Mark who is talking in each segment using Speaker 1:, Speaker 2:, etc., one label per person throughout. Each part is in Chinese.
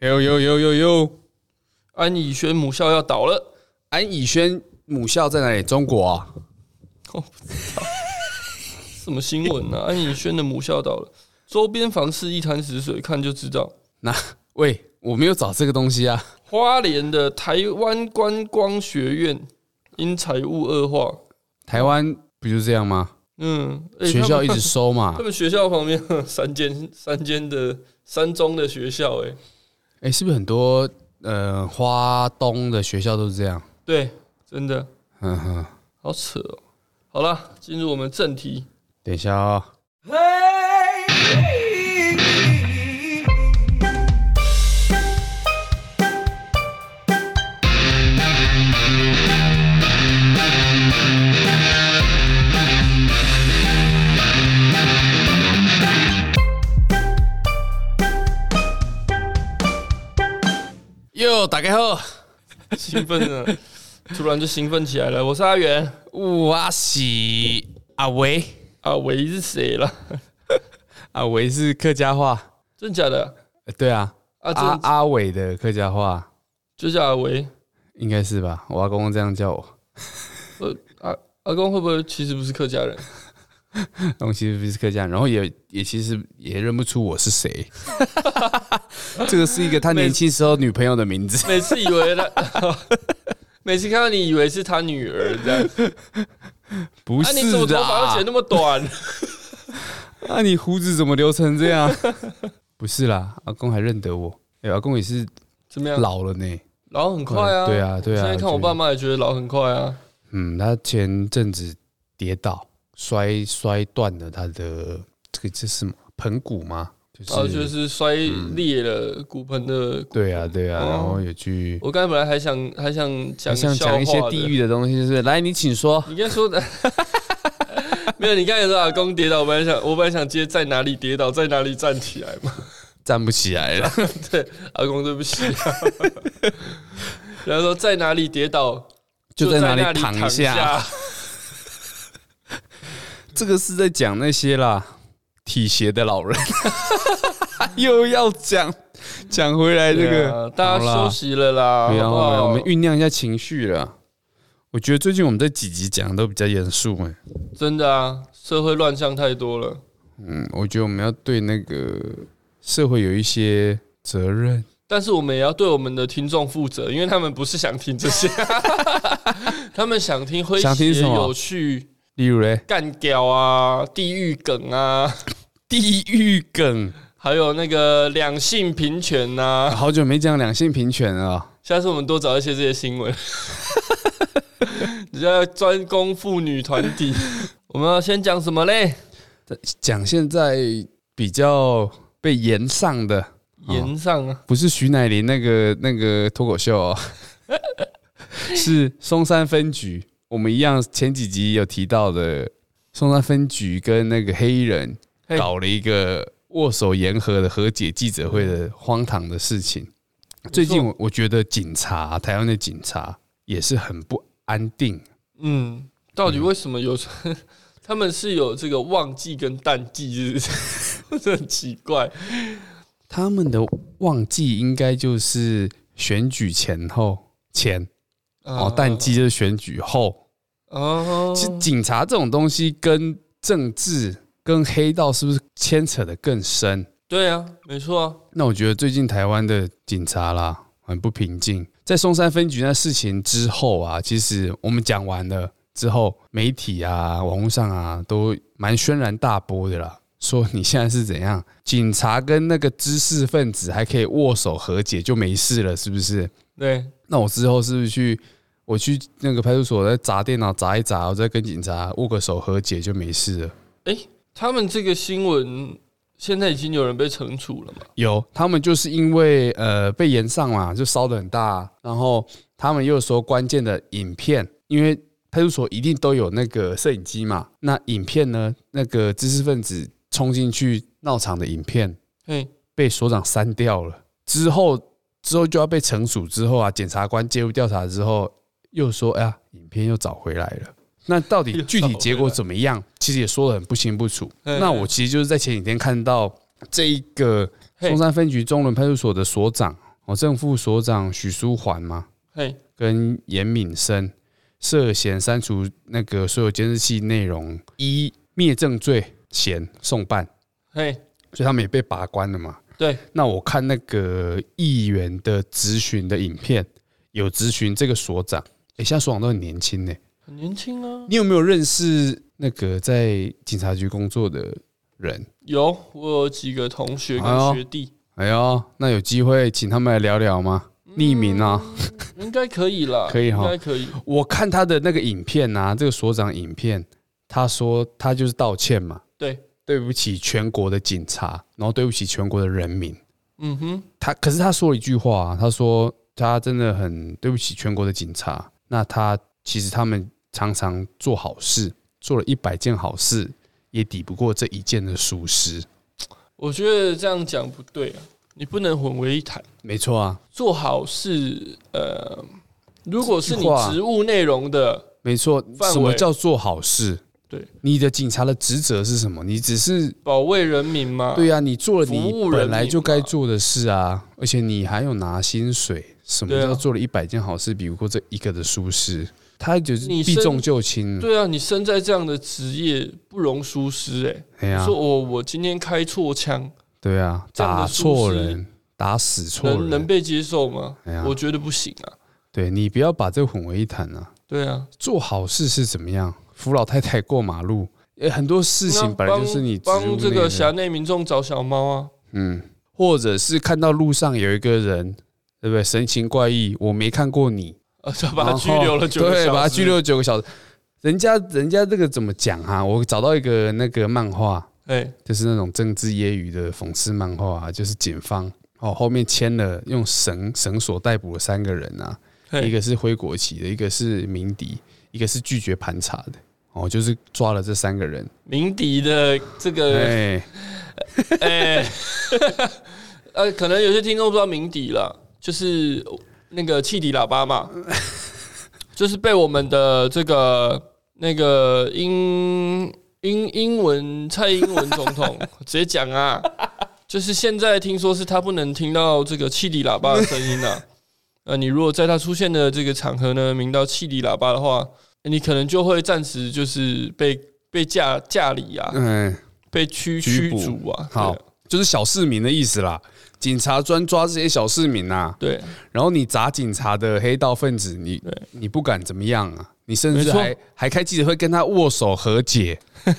Speaker 1: 呦呦呦呦呦！
Speaker 2: 安以轩啊母校要倒了，
Speaker 3: 安以轩母校在哪里？中国啊？
Speaker 2: 什么新闻呢、啊？安以轩的母校倒了，周边房市一潭死水，看就知道。
Speaker 3: 那喂，我没有找这个东西啊。
Speaker 2: 花莲的台湾观光学院因财务恶化，
Speaker 3: 台湾不就这样吗？
Speaker 2: 嗯，欸
Speaker 3: 学校一
Speaker 2: 他
Speaker 3: 直
Speaker 2: 们
Speaker 3: 收嘛
Speaker 2: 他。们学校旁边 呵三间三间的三中的学校、欸，哎，
Speaker 3: 哎、是不是很多呃花东的学校都是这样？
Speaker 2: 对，真的
Speaker 3: 嗯哼，
Speaker 2: 好扯哦。好了，进入我们正题，
Speaker 3: 等一下哦。哟，打开后，
Speaker 2: 兴奋了， 突然就兴奋起来了。我是阿元，
Speaker 3: 我是阿维，
Speaker 2: 阿维啊是谁了？
Speaker 3: 阿维是客家话，
Speaker 2: 真假的？
Speaker 3: 呃对啊，
Speaker 2: 啊，真、
Speaker 3: 阿阿伟的客家话
Speaker 2: 就叫阿维。
Speaker 3: 应该是吧？我阿公这样叫我，
Speaker 2: 呃，阿阿公会不会其实不是客家人？
Speaker 3: 然后其实不是客家人，然后也也其实也认不出我是谁。 这个是一个他年轻时候女朋友的名 字，
Speaker 2: 每次以为他，每次看到你以为是他女儿这样。
Speaker 3: 不
Speaker 2: 啊，你怎
Speaker 3: 是
Speaker 2: 么头
Speaker 3: 的
Speaker 2: 发
Speaker 3: 啊
Speaker 2: 要剪那么短？
Speaker 3: 啊，你胡子怎么留成这样？ 不是啦，阿公还认得我，哎、阿公也是
Speaker 2: 怎么样？
Speaker 3: 老了呢。
Speaker 2: 老很快啊，
Speaker 3: 对啊，对啊。
Speaker 2: 现在看我
Speaker 3: 就
Speaker 2: 爸妈也觉得老很快啊。
Speaker 3: 嗯，他前阵子跌倒，摔摔断了他的这个这是什么盆骨吗？就是、嗯
Speaker 2: 然后哦就是摔裂了骨盆的骨。
Speaker 3: 对啊对啊，
Speaker 2: 哦
Speaker 3: 然后有去
Speaker 2: 我刚才本来还想还想讲
Speaker 3: 好像
Speaker 2: 笑话
Speaker 3: 讲一些
Speaker 2: 的
Speaker 3: 地狱的东西，是不是？来，你请说。
Speaker 2: 你刚才说的 没有？你刚才说阿公跌倒，我本来想我本来想接在哪里跌倒，在哪里站起来嘛。
Speaker 3: 站不起来了，
Speaker 2: 对，阿公对不起、啊 然后说在哪里跌倒
Speaker 3: 就在哪
Speaker 2: 在
Speaker 3: 里
Speaker 2: 躺
Speaker 3: 躺一下。。 这个是在讲那些啦，体协的老人， 又要讲讲回来哎这
Speaker 2: 对
Speaker 3: 个，
Speaker 2: 啊大家
Speaker 3: 好
Speaker 2: 休
Speaker 3: 啦
Speaker 2: 息了啦，
Speaker 3: 没有
Speaker 2: 好不
Speaker 3: 没有，
Speaker 2: 好
Speaker 3: 我们酝酿一下情绪了。我觉得最近我们这几集讲的都比较严肃哎，
Speaker 2: 真的啊，社会乱象太多了。
Speaker 3: 嗯，我觉得我们要对那个社会有一些责任。
Speaker 2: 但是我们也要对我们的听众负责，因为他们不是想听这 些，他们想听诙
Speaker 3: 想听
Speaker 2: 谐
Speaker 3: 什么
Speaker 2: 有趣、
Speaker 3: 例如嘞，
Speaker 2: 干屌啊、地狱梗啊，
Speaker 3: 地狱梗，
Speaker 2: 还有那个两性平权呐、啊。
Speaker 3: 好久没讲两性平权了啊。
Speaker 2: 下次我们多找一些这些 新闻，你要专攻妇女团体。我们要先讲什么嘞？
Speaker 3: 讲现在比较被延上的，
Speaker 2: 言上啊，
Speaker 3: 不是徐乃麟那个那个脱口秀哦，是松山分局。我们一样前几集有提到的，松山分局跟那个黑衣人
Speaker 2: 嘿
Speaker 3: 搞了一个握手言和的和解记者会的荒唐的事情。最近我我觉得警察，台湾的警察也是很不安定。
Speaker 2: 嗯，到底为什么有？ 他们是有这个旺季跟淡季，是不是？ 这很奇怪。
Speaker 3: 他们的旺季应该就是选举前后前
Speaker 2: 啊
Speaker 3: 哦，淡季就是选举后。
Speaker 2: 哦，
Speaker 3: 其实警察这种东西跟政治、跟黑道是不是牵扯的更深？
Speaker 2: 对啊，没错啊，
Speaker 3: 那我觉得最近台湾的警察啦，很不平静。在松山分局那事情之后啊，其实我们讲完了之后，媒体啊、网络上啊，都蛮轩然大波的啦，说你现在是怎样，警察跟那个知识分子还可以握手和解就没事了，是不是？
Speaker 2: 对，
Speaker 3: 那我之后是不是去我去那个派出所再砸电脑砸一砸，我再跟警察握个手和解就没事了？
Speaker 2: 他们这个新闻现在已经有人被惩处了嘛？
Speaker 3: 有，他们就是因为呃被延上嘛，就烧的很大，然后他们又说关键的影片，因为派出所一定都有那个摄影机嘛，那影片呢，那个知识分子冲进去闹场的影片
Speaker 2: 嘿，
Speaker 3: 被所长删掉了，之后之后就要被惩处，之后啊，检察官介入调查之后，又说哎呀，影片又找回来了。那到底具体结果怎么样？其实也说的很不清不楚。
Speaker 2: 嗯
Speaker 3: 那我其实就是在前几天看到这一个
Speaker 2: 嘿
Speaker 3: 松山分局中仑派出所的所长哦，正副所长许书桓嘛，
Speaker 2: 嘿，
Speaker 3: 跟严敏生涉嫌删除那个所有监视器内容，依灭证罪嫌送办，
Speaker 2: 嘿，
Speaker 3: 所以他们也被把关了嘛。
Speaker 2: 对，
Speaker 3: 那我看那个议员的质询的影片，有质询这个所长，诶，现在所长都很年轻呢、
Speaker 2: 很年轻啊。
Speaker 3: 你有没有认识那个在警察局工作的人？
Speaker 2: 有，我有几个同学
Speaker 3: 哎呦
Speaker 2: 跟学弟，
Speaker 3: 哎呦，那有机会请他们来聊聊吗？
Speaker 2: 嗯
Speaker 3: 匿名啊，
Speaker 2: 应该可以啦，
Speaker 3: 可以
Speaker 2: 应
Speaker 3: 哈
Speaker 2: 该可以。
Speaker 3: 我看他的那个影片啊，这个所长影片，他说他就是道歉嘛，
Speaker 2: 对，
Speaker 3: 对不起全国的警察，然后对不起全国的人民。
Speaker 2: 嗯哼，
Speaker 3: 他可是他说了一句话啊、他说他真的很对不起全国的警察。那他其实他们常常做好事，做了一百件好事，也抵不过这一件的疏失。
Speaker 2: 我觉得这样讲不对啊，你不能混为一谈。
Speaker 3: 没错啊，
Speaker 2: 做好事，呃，如果是你
Speaker 3: 计划
Speaker 2: 职务内容的，
Speaker 3: 没错。
Speaker 2: 范围
Speaker 3: 什么叫做好事？
Speaker 2: 对，
Speaker 3: 你的警察的职责是什么？你只是
Speaker 2: 保卫人民嘛，
Speaker 3: 对呀、啊你做了
Speaker 2: 服务
Speaker 3: 你
Speaker 2: 人
Speaker 3: 本来
Speaker 2: 民
Speaker 3: 就该
Speaker 2: 嘛
Speaker 3: 做的事啊，而且你还有拿薪水。什么
Speaker 2: 对啊
Speaker 3: 叫做了一百件好事，比不过这一个的疏失？他就是
Speaker 2: 你
Speaker 3: 避
Speaker 2: 身
Speaker 3: 重就轻。
Speaker 2: 对啊，你身在这样的职业不容疏失、欸，
Speaker 3: 哎
Speaker 2: 哎、
Speaker 3: 呀
Speaker 2: 说，我我今天开错枪，
Speaker 3: 对啊，
Speaker 2: 这样的
Speaker 3: 打
Speaker 2: 疏
Speaker 3: 错
Speaker 2: 失
Speaker 3: 人，打死错
Speaker 2: 能能
Speaker 3: 人。
Speaker 2: 被接受吗？
Speaker 3: 哎呀
Speaker 2: 我觉得不行啊，
Speaker 3: 对你不要把这混为一谈啊！
Speaker 2: 对啊，
Speaker 3: 做好事是怎么样？扶老太太过马路，呃，很多事
Speaker 2: 那
Speaker 3: 情本来就是你
Speaker 2: 帮
Speaker 3: 职务
Speaker 2: 帮这
Speaker 3: 内
Speaker 2: 个
Speaker 3: 的
Speaker 2: 辖内民众找小猫啊，
Speaker 3: 嗯，或者是看到路上有一个人，对不对？神情怪异，我没看过你，
Speaker 2: 呃，就把他拘留了九个
Speaker 3: 哦
Speaker 2: 小
Speaker 3: 对，
Speaker 2: 时，
Speaker 3: 把他拘留，了九个小时。人家人家这个怎么讲啊？我找到一个那个漫画，
Speaker 2: 哎、
Speaker 3: 就是那种政治揶揄的讽刺漫画、啊，就是警方哦后面牵了用绳绳索逮捕了三个人啊，一
Speaker 2: 嘿，
Speaker 3: 个是挥国旗的，一个是鸣笛，一个是拒绝盘查的。哦，就是抓了这三个人，
Speaker 2: 鸣笛的这个，
Speaker 3: 哎，
Speaker 2: 哎、 呃，可能有些听众不知道鸣笛了，就是那个汽笛喇叭嘛，就是被我们的这个那个英英英文蔡英文总统直接讲啊，就是现在听说是他不能听到这个汽笛喇叭的声音啊。呃，你如果在他出现的这个场合呢，鸣到汽笛喇叭的话，你可能就会暂时就是被被架架离啊，
Speaker 3: 嗯，
Speaker 2: 被驱
Speaker 3: 拘
Speaker 2: 驱
Speaker 3: 捕
Speaker 2: 逐啊。
Speaker 3: 好，就是小市民的意思啦。警察专抓这些小市民呐、啊，
Speaker 2: 对，对，
Speaker 3: 然后你砸警察的黑道分子，你
Speaker 2: 对
Speaker 3: 你不敢怎么样啊？你甚
Speaker 2: 没
Speaker 3: 至
Speaker 2: 错
Speaker 3: 还还开记者会跟他握手和解，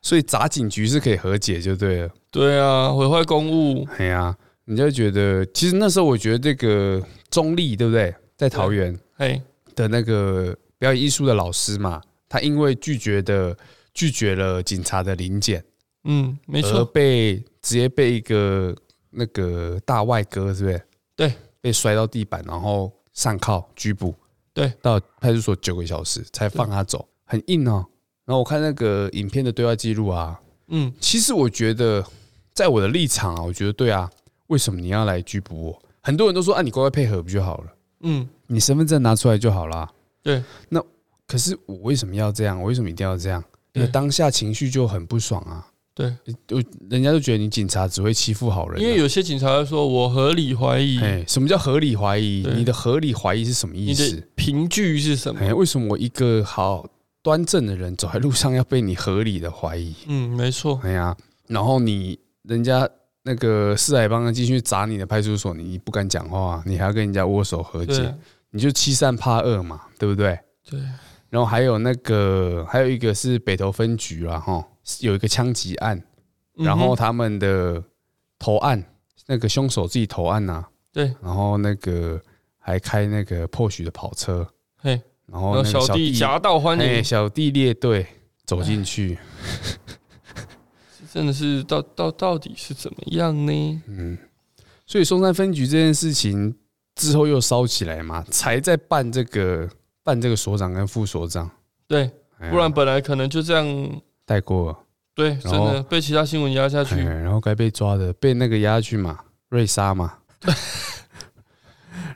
Speaker 3: 所以砸警局是可以和解就对了。
Speaker 2: 对啊，毁坏公物，
Speaker 3: 哎呀、你就会觉得，其实那时候我觉得这个中立对不对，在桃园
Speaker 2: 嘿，
Speaker 3: 的那个表演艺术的老师嘛，他因为拒绝的拒绝了警察的临检，
Speaker 2: 嗯，没
Speaker 3: 而
Speaker 2: 错，
Speaker 3: 被直接被一个那个大外哥，是不是？
Speaker 2: 对，
Speaker 3: 被摔到地板，然后上铐拘捕，
Speaker 2: 对，
Speaker 3: 到派出所九个小时才放他走，很硬哦。然后我看那个影片的对话记录啊，
Speaker 2: 嗯，
Speaker 3: 其实我觉得，在我的立场啊，我觉得对啊，为什么你要来拘捕我？很多人都说啊，你乖乖配合不就好了？
Speaker 2: 嗯，
Speaker 3: 你身份证拿出来就好啦。
Speaker 2: 对，
Speaker 3: 那可是我为什么要这样？我为什么一定要这样？因
Speaker 2: 对
Speaker 3: 为当下情绪就很不爽啊。
Speaker 2: 对，
Speaker 3: 就人家就觉得你警察只会欺负好人啊、
Speaker 2: 因为有些警察会说，我合理怀疑
Speaker 3: 哎，什么叫合理怀疑？
Speaker 2: 对
Speaker 3: 你的合理怀疑是什么意
Speaker 2: 你的
Speaker 3: 思？
Speaker 2: 凭据是什么？
Speaker 3: 哎，为什么我一个好端正的人走在路上要被你合理的怀疑？
Speaker 2: 嗯，没错，
Speaker 3: 哎呀，然后你人家那个四海帮人进去砸你的派出所，你不敢讲话，你还要跟人家握手和
Speaker 2: 对啊
Speaker 3: 解，，你就欺善怕恶嘛，对不对？
Speaker 2: 对。
Speaker 3: 然后还有那个，还有一个是北投分局啦，哈，有一个枪击案，然后
Speaker 2: 嗯哼
Speaker 3: 他们的投案，那个凶手自己投案呐、
Speaker 2: 对，
Speaker 3: 然后那个还开那个破许的跑车，
Speaker 2: 嘿，
Speaker 3: 然
Speaker 2: 然
Speaker 3: 后
Speaker 2: 后
Speaker 3: 那个
Speaker 2: 小弟夹道欢
Speaker 3: 哎
Speaker 2: 迎，
Speaker 3: 小弟列队走进
Speaker 2: 哎
Speaker 3: 去，
Speaker 2: 真的是到到到底是怎么样呢？
Speaker 3: 嗯，所以松山分局这件事情之后又烧起来嘛，才在办这个办这个所长跟副所长，
Speaker 2: 对，
Speaker 3: 哎呀
Speaker 2: 不然本来可能就这样，
Speaker 3: 带过了，
Speaker 2: 对，
Speaker 3: 后
Speaker 2: 真的被其他新闻压下
Speaker 3: 哎
Speaker 2: 去，
Speaker 3: 然后该被抓的被那个押去嘛，瑞莎嘛，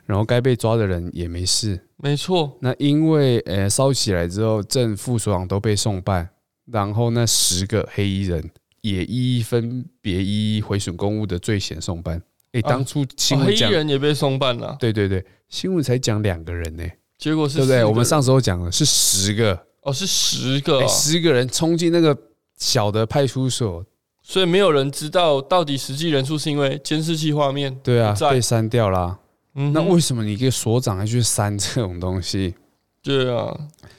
Speaker 3: 然后该被抓的人也没事，
Speaker 2: 没错，
Speaker 3: 那因为呃烧起来之后，正副所长都被送办，然后那十个黑衣人也一一分别一一毁损公务的罪嫌送办。哎，当初新
Speaker 2: 哦黑
Speaker 3: 闻
Speaker 2: 衣
Speaker 3: 讲，
Speaker 2: 人也被送办了，
Speaker 3: 对对对，新闻才讲两个人呢、
Speaker 2: 结果是
Speaker 3: 对不
Speaker 2: 四
Speaker 3: 对？
Speaker 2: 个
Speaker 3: 我们
Speaker 2: 人
Speaker 3: 上时候讲的是十个，
Speaker 2: 哦是十个
Speaker 3: 哎、
Speaker 2: 哦，
Speaker 3: 十个人冲进那个小的派出所，
Speaker 2: 所以没有人知道到底实际人数是因为监视器画面。
Speaker 3: 对啊
Speaker 2: 不，在
Speaker 3: 被删掉啦。
Speaker 2: 嗯哼，
Speaker 3: 那为什么你一个所长还去删这种东西？
Speaker 2: 对啊，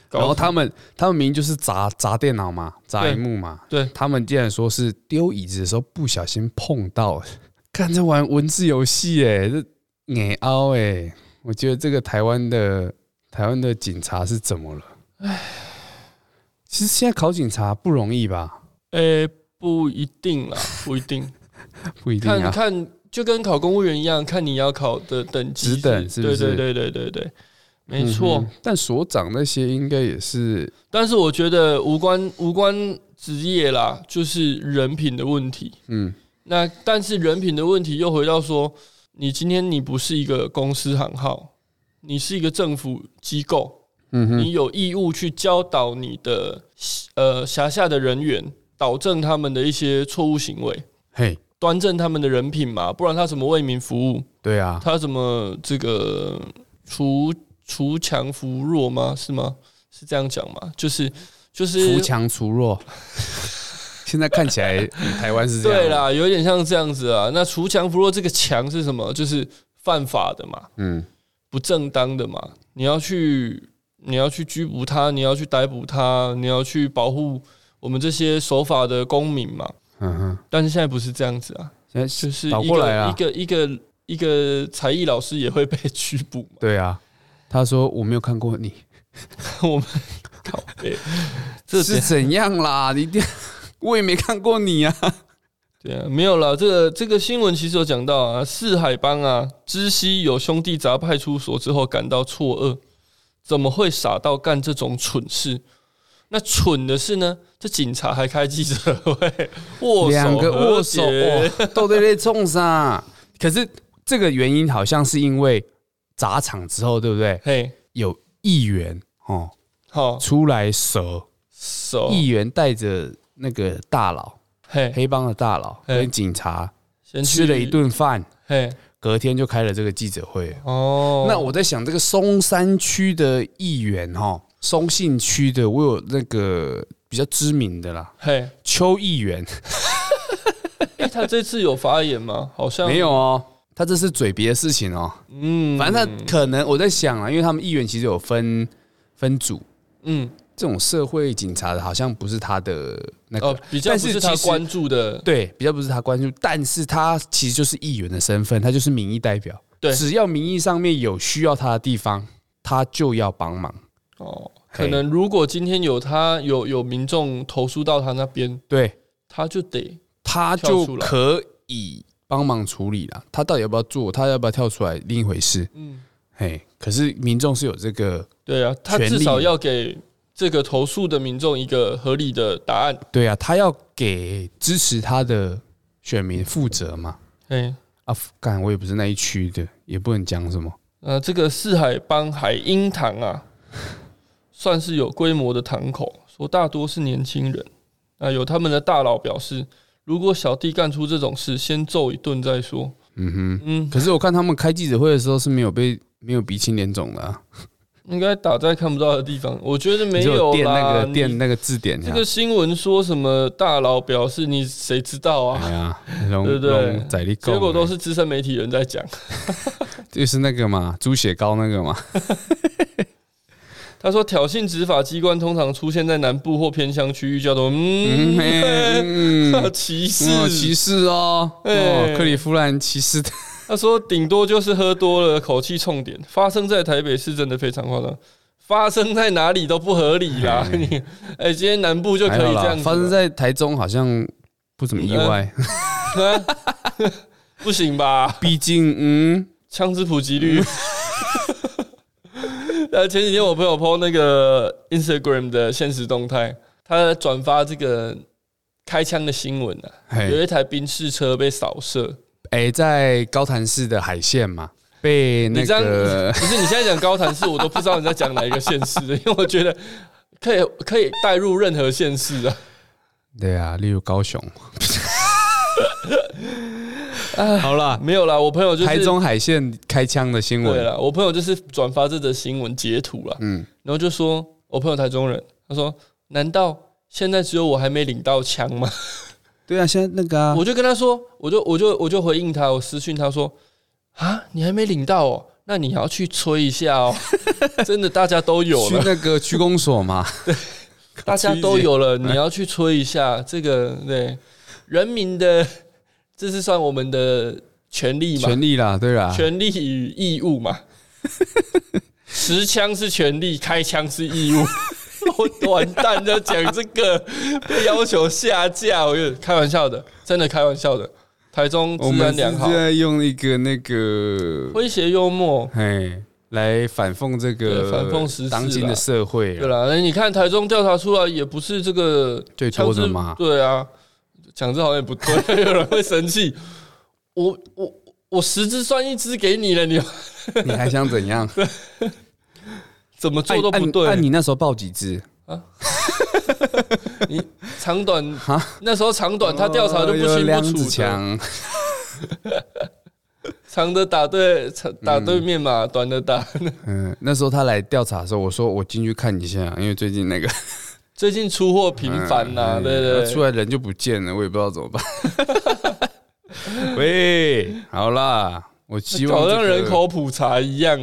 Speaker 2: 搞
Speaker 3: 然后
Speaker 2: 死
Speaker 3: 他们他们明明就是砸砸电脑嘛，砸
Speaker 2: 对
Speaker 3: 荧幕嘛，
Speaker 2: 对
Speaker 3: 他们竟然说是丢椅子的时候不小心碰到， 看在玩文字游戏哎，这眼凹哎，我觉得这个台湾的台湾的警察是怎么了？哎，其实现在考警察不容易吧？
Speaker 2: 诶、哎不一 定啦，不一定，
Speaker 3: 不一定
Speaker 2: 看
Speaker 3: 啊，
Speaker 2: 看就跟考公务员一样，看你要考的等级
Speaker 3: 职等是不是
Speaker 2: 对对对对对对，没错。
Speaker 3: 嗯哼但所长那些应该也是
Speaker 2: 但是我觉得无关无关职业啦，就是人品的问题。
Speaker 3: 嗯
Speaker 2: 那但是人品的问题又回到说，你今天你不是一个公司行号，你是一个政府机构，
Speaker 3: 嗯哼
Speaker 2: 你有义务去教导你的呃辖下的人员，导正他们的一些错误行为，
Speaker 3: 嘿，
Speaker 2: 端正他们的人品嘛，不然他怎么为民服务？
Speaker 3: 对啊，
Speaker 2: 他怎么这个除除强扶弱吗？是吗？是这样讲吗？就是就是
Speaker 3: 扶强除弱。 现在看起来嗯台湾是这样，
Speaker 2: 对，啦，有点像这样子啊。那除强扶弱这个强是什么？就是犯法的嘛，
Speaker 3: 嗯，
Speaker 2: 不正当的嘛。你要去，你要去拘捕他，你要去逮捕他，你要去保护我们这些守法的公民嘛。
Speaker 3: 嗯哼，
Speaker 2: 但是现在不是这样子啊，
Speaker 3: 现在
Speaker 2: 就是是
Speaker 3: 倒
Speaker 2: 一
Speaker 3: 过来啊
Speaker 2: 个
Speaker 3: 啦
Speaker 2: 一个一个一个才艺老师也会被 拘捕嘛。
Speaker 3: 对啊。他说我没有看过你，
Speaker 2: 我们靠背， 这
Speaker 3: 是怎样啦？你一定 我也没看过你啊。
Speaker 2: 对啊，没有啦，这个这个新闻其实有讲到啊，四海帮啊，知悉有兄弟砸派出所之后感到错愕，怎么会傻到干这种蠢事？那蠢的是呢，这警察还开记者会，握 手
Speaker 3: 两个握手，
Speaker 2: 和解
Speaker 3: 哦都在那冲上。 可是这个原因好像是因为砸场之后，对不对？
Speaker 2: 嘿，
Speaker 3: 有议员哦
Speaker 2: 好
Speaker 3: 出来蛇，
Speaker 2: 手，
Speaker 3: 议员带着那个大佬，
Speaker 2: 嘿，
Speaker 3: 黑帮的大佬
Speaker 2: 嘿
Speaker 3: 跟警察
Speaker 2: 先去
Speaker 3: 吃了一，顿饭，
Speaker 2: 嘿，
Speaker 3: 隔天就开了这个记者会。
Speaker 2: 哦，
Speaker 3: 那我在想，这个松山区的议员哈，松信区的，我有那个比较知名的啦，
Speaker 2: 嘿，
Speaker 3: 邱议员
Speaker 2: 诶他这次有发言吗？好像
Speaker 3: 没，有哦，他这是嘴别的事情哦。
Speaker 2: 啊嗯，
Speaker 3: 反正他可能我在想啊，因为他们议员其实有分分组，
Speaker 2: 嗯，
Speaker 3: 这种社会警察的好像不是他的那个，
Speaker 2: 哦，比较
Speaker 3: 但
Speaker 2: 不
Speaker 3: 是
Speaker 2: 是他
Speaker 3: 其实
Speaker 2: 关注的，
Speaker 3: 对，比较不是他关注，但是他其实就是议员的身份，他就是民意代表，
Speaker 2: 对
Speaker 3: 只要民意上面有需要他的地方，他就要帮忙。
Speaker 2: 哦，
Speaker 3: 嘿
Speaker 2: 可能如果今天有他有有民众投诉到他那边，
Speaker 3: 对，
Speaker 2: 他就得
Speaker 3: 他
Speaker 2: 跳
Speaker 3: 就
Speaker 2: 出来
Speaker 3: 可以帮忙处理了。他到底要不要做，他要不要跳出来，另一回事。
Speaker 2: 嗯，
Speaker 3: 嘿，可是民众是有这个，
Speaker 2: 对啊，他
Speaker 3: 权利
Speaker 2: 至少要给这个投诉的民众一个合理的答案。
Speaker 3: 对啊，他要给支持他的选民负责嘛。
Speaker 2: 哎，
Speaker 3: 啊，干，我也不是那一区的，也不能讲什么。
Speaker 2: 呃，这个四海帮海鹰堂啊， 算是有规模的堂口，说大多是年轻人。啊，有他们的大佬表示，如果小弟干出这种事，先揍一顿再说。
Speaker 3: 嗯
Speaker 2: 嗯
Speaker 3: 哼，，可是我看他们开记者会的时候是没有被没有鼻青脸肿的、啊，
Speaker 2: 应该打在看不到的地方，我觉得没
Speaker 3: 只
Speaker 2: 有
Speaker 3: 垫那
Speaker 2: 啦。
Speaker 3: 个垫那个字典啊，
Speaker 2: 这个新闻说什么大佬表示你谁知道啊？
Speaker 3: 哎呀，龙
Speaker 2: 对不对
Speaker 3: 龙仔力够，
Speaker 2: 结果都是资深媒体人在讲。
Speaker 3: 就是那个嘛，猪血糕那个嘛，
Speaker 2: 他说挑衅执法机关通常出现在南部或偏乡区域，叫做嗯嘿
Speaker 3: 嗯
Speaker 2: 歧
Speaker 3: 嗯，歧
Speaker 2: 视。
Speaker 3: 视哦，哦
Speaker 2: 哎，
Speaker 3: 克里夫兰歧视的，
Speaker 2: 他说顶多就是喝多了，口气冲点。发生在台北市真的非常夸张，发生在哪里都不合理啦。你 哎，今天南部就可
Speaker 3: 还好
Speaker 2: 以
Speaker 3: 啦
Speaker 2: 这样子了，嗯
Speaker 3: 发生在台中好像不怎么意外，
Speaker 2: 不行 吧？
Speaker 3: 毕竟嗯，
Speaker 2: 枪支普及率。
Speaker 3: 嗯
Speaker 2: 呃，前几天我朋友 PO 那个 Instagram 的现实动态，他转发这个开枪的新闻啊，有
Speaker 3: 嘿，
Speaker 2: 一台宾士车被扫射。
Speaker 3: 哎，在高潭市的海线嘛，被那
Speaker 2: 你这 样
Speaker 3: 个
Speaker 2: 不是你现在讲高潭市，我都不知道你在讲哪一个县市， 因为我觉得可以可以带入任何县市啊。
Speaker 3: 对啊，例如高雄，好啦，
Speaker 2: 没有啦，我朋友就是
Speaker 3: 台中海线开枪的新
Speaker 2: 对
Speaker 3: 闻，
Speaker 2: 了，我朋友就是转发这则新闻截图了，
Speaker 3: 嗯，
Speaker 2: 然后就说我朋友台中人，他说难道现在只有我还没领到枪吗？
Speaker 3: 对啊，现在那个啊，
Speaker 2: 我就跟他说，我就我就我就回应他，我私讯他说啊，你还没领到哦，那你要去催一下 哦，真的大家都有
Speaker 3: 去
Speaker 2: 了，
Speaker 3: 那个区公所 嘛，
Speaker 2: 大家都有了，你要去催一下，这个对人民的，这是算我们的权利嘛，
Speaker 3: 权利啦，对啦，
Speaker 2: 权利与义 务嘛。持枪是权利，开枪是义务。 我完蛋，要讲这个被要求下架，我有开玩笑的，真的开玩笑的。台中
Speaker 3: 我
Speaker 2: 治
Speaker 3: 们
Speaker 2: 安
Speaker 3: 是
Speaker 2: 良好，
Speaker 3: 在用一个那个，
Speaker 2: 诙谐幽默，
Speaker 3: 哎，来反讽这个
Speaker 2: 对反讽时事啦
Speaker 3: 当今的社会
Speaker 2: 对
Speaker 3: 啊，
Speaker 2: 啦。那哎你看台中调查出来也不是这个
Speaker 3: 最
Speaker 2: 枪
Speaker 3: 多
Speaker 2: 支
Speaker 3: 的嘛，
Speaker 2: 对啊，讲这好像也不对， 有人会生气。我我我十支算一支给你了， 你
Speaker 3: 你还想怎 样？
Speaker 2: 怎么做都
Speaker 3: 按
Speaker 2: 不对。
Speaker 3: 按按你那时候报几只？
Speaker 2: 长短那时候长短他调查就不
Speaker 3: 哦有
Speaker 2: 清
Speaker 3: 梁
Speaker 2: 不
Speaker 3: 子
Speaker 2: 楚的，
Speaker 3: 强，
Speaker 2: 长的打对长打对面嘛，短的打。
Speaker 3: 嗯，那时候他来调查的时候，我说我进去看一下，因为最近那个
Speaker 2: 最近出货频繁
Speaker 3: 嗯
Speaker 2: 呐，啊对对
Speaker 3: 出
Speaker 2: 对，
Speaker 3: 来人就不见了，我也不知道怎么办。 喂，好啦，我希望
Speaker 2: 好
Speaker 3: 这
Speaker 2: 像
Speaker 3: 个哦
Speaker 2: 人口普查一样。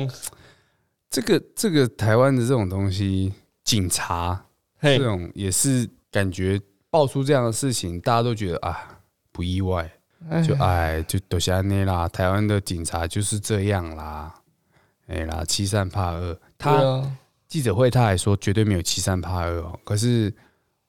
Speaker 3: 这个这个台湾的这种东西，警察
Speaker 2: 嘿啊
Speaker 3: 这，种也是感觉爆出这样的事情，大家都觉得啊不意外，就哎就都是安内啦，台湾的警察就是这样啦，哎啦欺善怕恶，
Speaker 2: 对
Speaker 3: 他、
Speaker 2: 啊，
Speaker 3: 记者会他还说绝对没有欺善怕恶哦，可是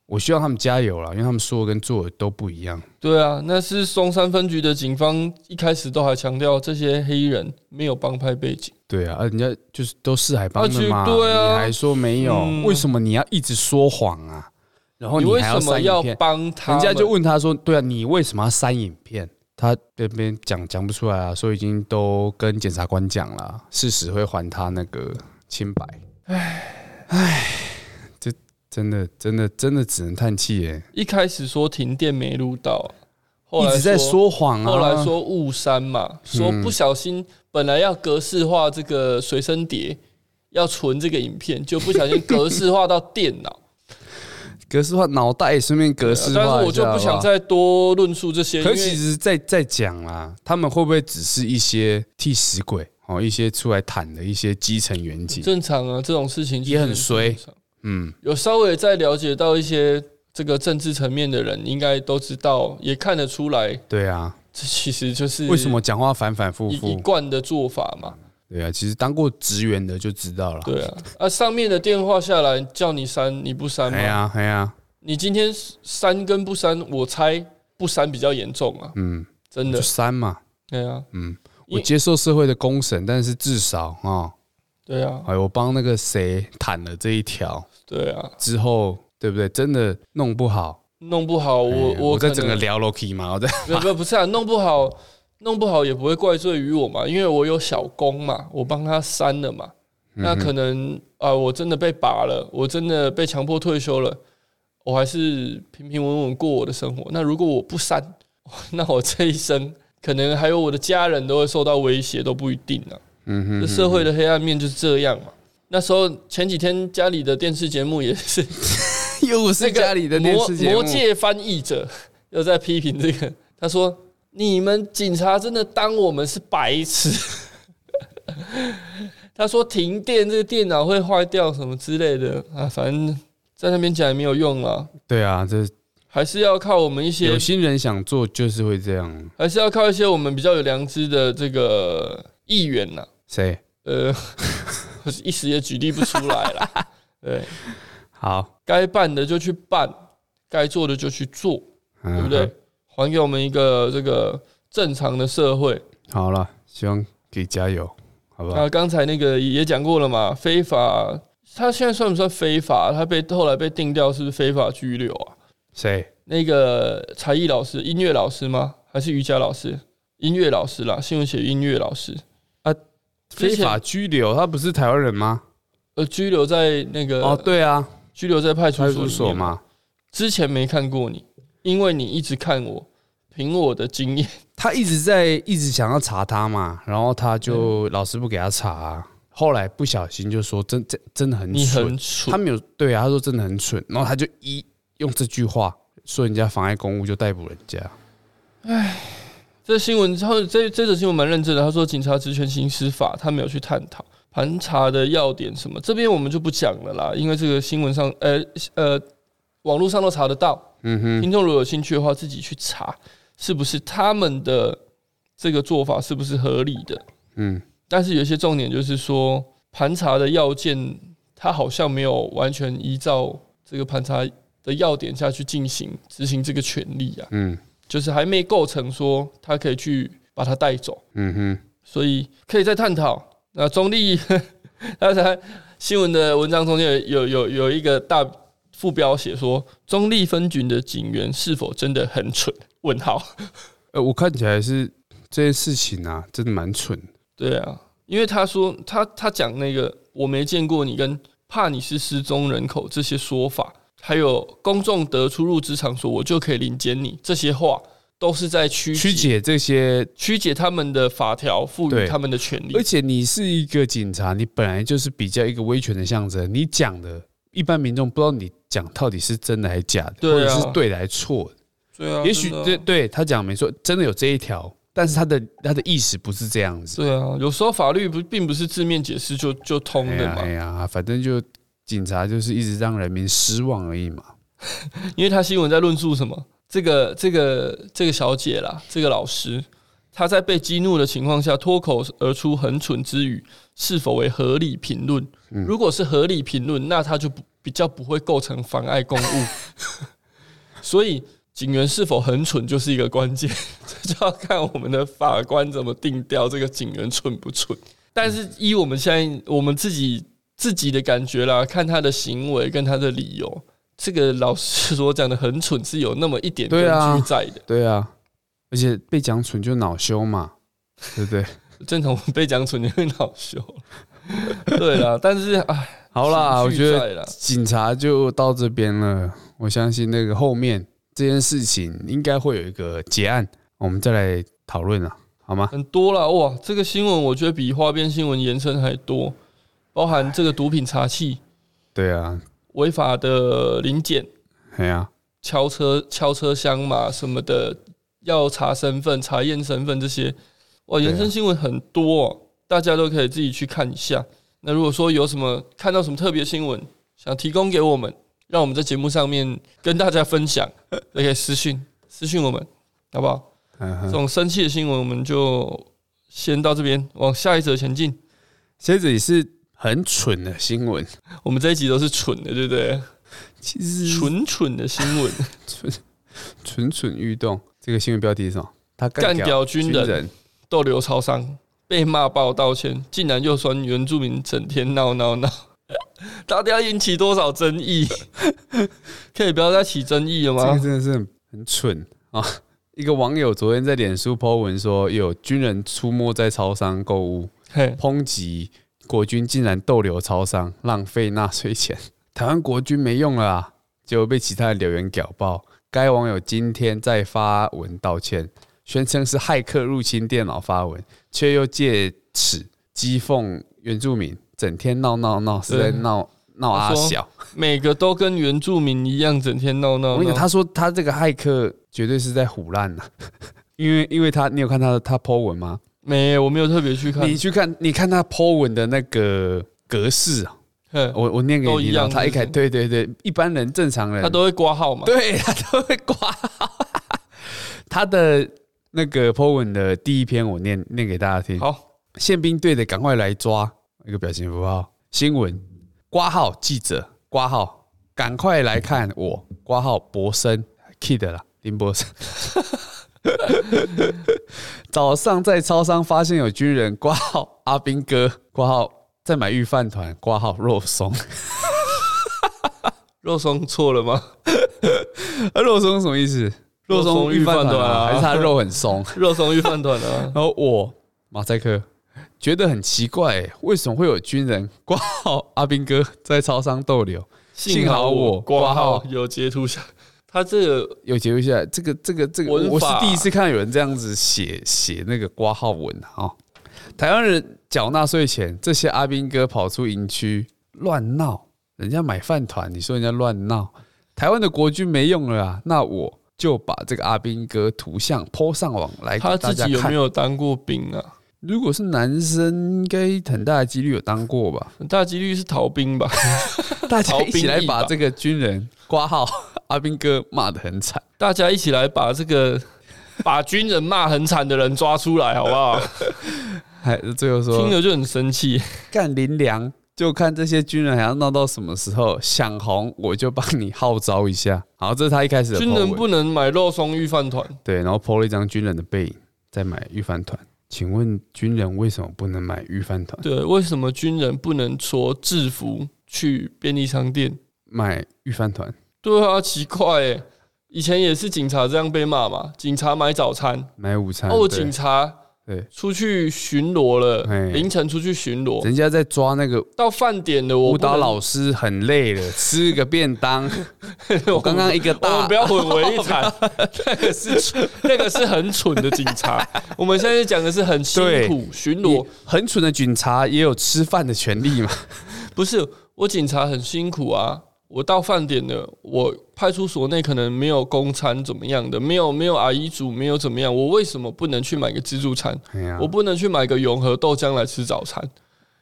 Speaker 3: 我希望他们加油啦，因为他们说的跟做的都不一样。
Speaker 2: 对啊，那是松山分局的警方一开始都还强调这些黑衣人没有帮派背景，
Speaker 3: 对啊，啊人家就是都是海帮的嘛，
Speaker 2: 啊就对啊
Speaker 3: 你还说没有、
Speaker 2: 嗯
Speaker 3: 为什么你要一直说谎啊？然后
Speaker 2: 你为
Speaker 3: 还
Speaker 2: 什么
Speaker 3: 删
Speaker 2: 要
Speaker 3: 影片，
Speaker 2: 帮他
Speaker 3: 人
Speaker 2: 们？
Speaker 3: 家就问他说：“对啊，你为什么要删影片？”他这边讲讲不出来啊，说已经都跟检察官讲了，事实会还他那个清白。唉唉，这真的真的真的只能叹气耶，
Speaker 2: 一开始说停电没录到，后
Speaker 3: 一
Speaker 2: 来
Speaker 3: 直在说谎啊。嗯
Speaker 2: 后来说误删嘛，说不小心本来要格式化这个随身碟，要存这个影片，就不小心格式化到电脑。
Speaker 3: 格式化脑袋，顺便 格式化一下
Speaker 2: 但是我就不
Speaker 3: 好
Speaker 2: 想
Speaker 3: 好
Speaker 2: 再多论述这些，因
Speaker 3: 可其
Speaker 2: 为
Speaker 3: 实再再讲啦，他们会不会只是一些替死鬼哦，一些出来谈的一些基层员警？
Speaker 2: 正常啊，这种事情就是
Speaker 3: 也很衰
Speaker 2: 正常。
Speaker 3: 嗯，
Speaker 2: 有稍微再了解到一些这个政治层面的人，应该都知道，也看得出来，
Speaker 3: 对啊，
Speaker 2: 这其实就是
Speaker 3: 为什么讲话反反复
Speaker 2: 一一
Speaker 3: 复？
Speaker 2: 贯的做法嘛。
Speaker 3: 对啊，其实当过职员的就知道了。
Speaker 2: 对啊，啊，上面的电话下来叫你删，你不删吗
Speaker 3: 哎？呀哎呀，
Speaker 2: 你今天删跟不删，我猜不删比较严重啊，
Speaker 3: 嗯，
Speaker 2: 真
Speaker 3: 就
Speaker 2: 的。
Speaker 3: 删嘛，
Speaker 2: 对啊，
Speaker 3: 嗯，
Speaker 2: 因
Speaker 3: 我接受社会的公审，但是至少啊、哦，
Speaker 2: 对啊，
Speaker 3: 哎，我帮那个谁谈了这一条
Speaker 2: 对啊，
Speaker 3: 之后，对不对？真的弄不好，
Speaker 2: 弄不好我
Speaker 3: 哎
Speaker 2: 我
Speaker 3: 我在
Speaker 2: 可
Speaker 3: 整个
Speaker 2: 能
Speaker 3: 聊 Loki 嘛，我在
Speaker 2: 不不不是啊，弄不好弄不好也不会怪罪于我嘛，因为我有小工嘛，我帮他删了嘛。
Speaker 3: 嗯
Speaker 2: 那可能啊、我真的被拔了，我真的被强迫退休了，我还是平平稳稳过我的生活。那如果我不删， 那我这一生可能还有我的家人都会受到威胁，都不一定啊。
Speaker 3: 嗯哼
Speaker 2: 这社会的黑暗面就是这样嘛。那时候前几天家里的电视节目也是
Speaker 3: 又
Speaker 2: 那
Speaker 3: 是
Speaker 2: 个
Speaker 3: 家里的电视节目，
Speaker 2: 魔魔界翻译者 又在批评这个，他说：“你们警察真的当我们是白痴。” 他说：“停电，这个电脑会坏掉什么之类的啊，反正在那边讲也没有用啊，
Speaker 3: 对啊，这
Speaker 2: 还是要靠我们一些
Speaker 3: 有，心人想做就是会这样。
Speaker 2: 还是要靠一些我们比较有良知的这个议员呐、
Speaker 3: 谁？
Speaker 2: 呃， 我一时也举例不出来啦。对，
Speaker 3: 好，
Speaker 2: 该办的就去办，该做的就去做，
Speaker 3: 嗯
Speaker 2: 对不对？？还给我们一个这个正常的社会。
Speaker 3: 好了，希望可以加油，好不好？
Speaker 2: 那刚才那个也讲过了嘛，非法，他现在算不算非法？他被后来被定掉是不是非法拘留啊？
Speaker 3: 谁？
Speaker 2: 那个才艺老师、音乐老师吗？还是瑜伽老师？音乐老师啦，新闻写音乐老师
Speaker 3: 啊，
Speaker 2: 之
Speaker 3: 非
Speaker 2: 前
Speaker 3: 法拘留，他不是台湾人吗？
Speaker 2: 呃拘留在那个
Speaker 3: 哦，对啊，
Speaker 2: 拘留在派呃出所
Speaker 3: 派
Speaker 2: 里
Speaker 3: 出
Speaker 2: 面
Speaker 3: 所嘛。
Speaker 2: 之前没看过你，因为你一直看我，凭我的经验，
Speaker 3: 他一直在一直想要查他嘛，然后他就
Speaker 2: 嗯
Speaker 3: 老师不给他查啊、后来不小心就说真真真的很
Speaker 2: 你
Speaker 3: 蠢，
Speaker 2: 很蠢
Speaker 3: 他，没有对啊，他说真的很蠢，然后他就一用这句话说人家妨碍公务就逮捕人家，
Speaker 2: 这新闻之后，这这则新闻蛮认真的。他说，警察职权行使法，他没有去探讨盘查的要点什么，这边我们就不讲了啦，因为这个新闻上，呃呃，网络上都查得到。
Speaker 3: 嗯哼，
Speaker 2: 听众如果有兴趣的话，自己去查是不是他们的这个做法是不是合理的。
Speaker 3: 嗯，
Speaker 2: 但是有一些重点就是说，盘查的要件，它好像没有完全依照这个盘查的要点下去进行执行这个权利啊，
Speaker 3: 嗯
Speaker 2: 就是还没构成说他可以去把它带走，
Speaker 3: 嗯哼，
Speaker 2: 所以可以再探讨。那中立 刚才新闻的文章中间有有有有一个大副标写说，中立分局的警员是否真的很蠢？问号。
Speaker 3: 呃，我看起来是这件事情啊，真的蛮蠢的，
Speaker 2: 对啊，因为他说他他讲那个我没见过你跟怕你是失踪人口这些说法，还有公众得出入职场所我就可以领检你这些话，都是在曲
Speaker 3: 曲
Speaker 2: 解
Speaker 3: 解这些
Speaker 2: 曲解他们的法条赋予
Speaker 3: 对
Speaker 2: 他们的权利
Speaker 3: 而。且你是一个警察，你本来就是比较一个威权的象征，你讲的，一般民众不知道你讲到底是真的还是假的，
Speaker 2: 对啊
Speaker 3: 或者是对的还是错的。
Speaker 2: 对啊
Speaker 3: 也许
Speaker 2: 真的啊
Speaker 3: 对对他讲没错，真的有这一条，但是他的他的意识不是这样子。
Speaker 2: 对啊，有时候法律不并不是字面解释就就通
Speaker 3: 哎
Speaker 2: 的
Speaker 3: 呀
Speaker 2: 嘛
Speaker 3: 哎，呀，反正就警察就是一直让人民失望而已嘛。
Speaker 2: 因为他新闻在论述什么？这个这个这个小姐啦，这个老师，她在被激怒的情况下脱口而出很蠢之语，是否为合理评论？
Speaker 3: 嗯
Speaker 2: 如果是合理评论，那她就不比较不会构成妨碍公 务。所以警员是否很蠢就是一个关键， 这就要看我们的法官怎么定调这个警员蠢不蠢。但是依我们现在我们自己自己的感觉啦，看他的行为跟他的理由，这个老师所讲的很蠢是有那么一点根
Speaker 3: 对啊
Speaker 2: 据在的。
Speaker 3: 对啊，而且被讲蠢就恼羞嘛，对 不对？
Speaker 2: 正常我们被讲蠢就会恼羞。 对啦，但是哎，
Speaker 3: 好啦，我
Speaker 2: 情绪
Speaker 3: 觉得
Speaker 2: 在啦
Speaker 3: 警察就到这边了。我相信那个后面这件事情应该会有一个结案，我们再来讨论啊，好吗？
Speaker 2: 很多啦，哇，这个新闻我觉得比花边新闻延伸还多，包含这个毒品查气、
Speaker 3: 对啊，
Speaker 2: 违法的临检、
Speaker 3: 哎呀、
Speaker 2: 敲车、敲车厢嘛什么的，要查身份、查验身份这些，哇，
Speaker 3: 对啊
Speaker 2: 延伸新闻很多、哦，大家都可以自己去看一下。那如果说有什么看到什么特别新闻，想提供给我们，让我们在节目上面跟大家分享，也可以私讯 私讯我们，好不好？
Speaker 3: 嗯哼。
Speaker 2: 这种生气的新闻我们就先到这边，往下一则前进。
Speaker 3: 接着也是很蠢的新闻，
Speaker 2: 我们这一集都是蠢的，对不对？
Speaker 3: 其实
Speaker 2: 蠢蠢的新闻，
Speaker 3: 蠢蠢欲动。这个新闻标题是什么？他
Speaker 2: 干
Speaker 3: 干掉
Speaker 2: 掉军人。逗留超商，被骂爆道歉，竟然又酸原住民整天闹闹 闹，到底要引起多少争议？ 可以不要再起争议了
Speaker 3: 这个
Speaker 2: 吗？
Speaker 3: 真的是很很蠢啊！一个网友昨天在脸书 po 文说，有军人出没在超商购物，
Speaker 2: 嘿，
Speaker 3: 抨击国军竟然逗留超商，浪费纳税钱。 台湾国军没用了啊，结果被其他的留言屌爆。该网友今天再发文道歉，宣称是骇客入侵电脑发文，却又借此讥讽原住民，整天闹闹闹，是在
Speaker 2: 对
Speaker 3: 闹闹阿
Speaker 2: 他说
Speaker 3: 小。
Speaker 2: 每个都跟原住民一样，整天闹
Speaker 3: 我
Speaker 2: 闹
Speaker 3: 跟你讲，
Speaker 2: 闹。
Speaker 3: 他说他这个骇客绝对是在胡乱呐、 因为因为他，你有看他的他 po 文吗？
Speaker 2: 没，我没有特别去看
Speaker 3: 你。去看，你看他 po 文的那个格式啊，
Speaker 2: 嘿，
Speaker 3: 我我念给
Speaker 2: 都
Speaker 3: 你
Speaker 2: 一
Speaker 3: 听
Speaker 2: 样
Speaker 3: 哦，他一开
Speaker 2: 是不
Speaker 3: 对对对，一般人正常人，
Speaker 2: 他都会挂号嘛？
Speaker 3: 对他都会挂。 他的那个 po 文的第一篇，我念念给大家听。
Speaker 2: 好，
Speaker 3: 宪兵队的赶快来抓，一个表情符号。新闻挂号记者挂号，赶快来看我挂号博生 kid 啦，林博生。 早上在超商发现有军人挂号阿兵哥挂号在买御饭团挂号肉松。
Speaker 2: 肉松错了吗？
Speaker 3: 啊，肉松什么意思？
Speaker 2: 肉
Speaker 3: 肉
Speaker 2: 松
Speaker 3: 松
Speaker 2: 御
Speaker 3: 御
Speaker 2: 饭
Speaker 3: 饭
Speaker 2: 团
Speaker 3: 团
Speaker 2: 啊
Speaker 3: 啊， 还是它肉很松？
Speaker 2: 肉松御饭团 啊，
Speaker 3: 然后我马赛克觉得很奇怪、为什么会有军人挂号阿兵哥在超商逗留？幸好我
Speaker 2: 挂
Speaker 3: 挂
Speaker 2: 号
Speaker 3: 号
Speaker 2: 有截图下，他这个
Speaker 3: 有结论下来，这个这个这个，
Speaker 2: 文
Speaker 3: 我是
Speaker 2: 法
Speaker 3: 第一次看到有人这样子写写那个挂号文啊、哦。台湾人缴纳税钱，这些阿兵哥跑出营区乱闹，人家买饭团，你说人家乱闹，台湾的国军没用了啊，那我就把这个阿兵哥图像抛上网来给
Speaker 2: 他
Speaker 3: 哎大
Speaker 2: 自
Speaker 3: 家
Speaker 2: 己有没
Speaker 3: 看。
Speaker 2: 有当过兵啊？
Speaker 3: 如果是男生，应该很大的几率有当过吧？
Speaker 2: 很大几率是逃 兵吧？
Speaker 3: 大家
Speaker 2: 逃
Speaker 3: 一起
Speaker 2: 兵
Speaker 3: 来
Speaker 2: 役
Speaker 3: 把
Speaker 2: 吧
Speaker 3: 这个军人挂号阿兵哥骂得很惨。
Speaker 2: 大家一起来把这 个把军人骂很惨的人抓出来，好不好？
Speaker 3: 还哎最后说，
Speaker 2: 听了就很生气。
Speaker 3: 干林良，就看这些军人还要闹到什么时候。想红我就帮你号召一下。 好，这是他一开始的 po
Speaker 2: 军
Speaker 3: 文
Speaker 2: 人不能买肉松玉饭团，
Speaker 3: 对，然后 PO 了一张军人的背影，再买御饭团。请问军人为什么不能买御饭团？
Speaker 2: 对，为什么军人不能着制服去便利商店？
Speaker 3: 买御饭团，
Speaker 2: 对啊，奇怪哎，以前也是警察这样被骂嘛，警察买早餐，
Speaker 3: 买午餐。
Speaker 2: 哦，
Speaker 3: 哎对
Speaker 2: 警察
Speaker 3: 对，
Speaker 2: 出去巡逻了
Speaker 3: 哎，
Speaker 2: 凌晨出去巡逻，
Speaker 3: 人家在抓那个
Speaker 2: 到饭点了，我
Speaker 3: 舞
Speaker 2: 不
Speaker 3: 蹈
Speaker 2: 能
Speaker 3: 老师，很累 了，吃个便当。我刚刚一个
Speaker 2: 我
Speaker 3: 大
Speaker 2: 们不要混为一谈， 那个是蠢那个是很蠢的警 察。我们现在讲的是很辛苦巡逻
Speaker 3: 你，很蠢的警察也有吃饭的权利嘛？
Speaker 2: 不是我警察很辛苦啊。我到饭点了，我派出所内可能没有公餐怎么样的，没有没有阿姨煮，没有怎么样，我为什么不能去买个自助餐？
Speaker 3: 哎呀
Speaker 2: 我，不能去买个永和豆浆来吃早餐？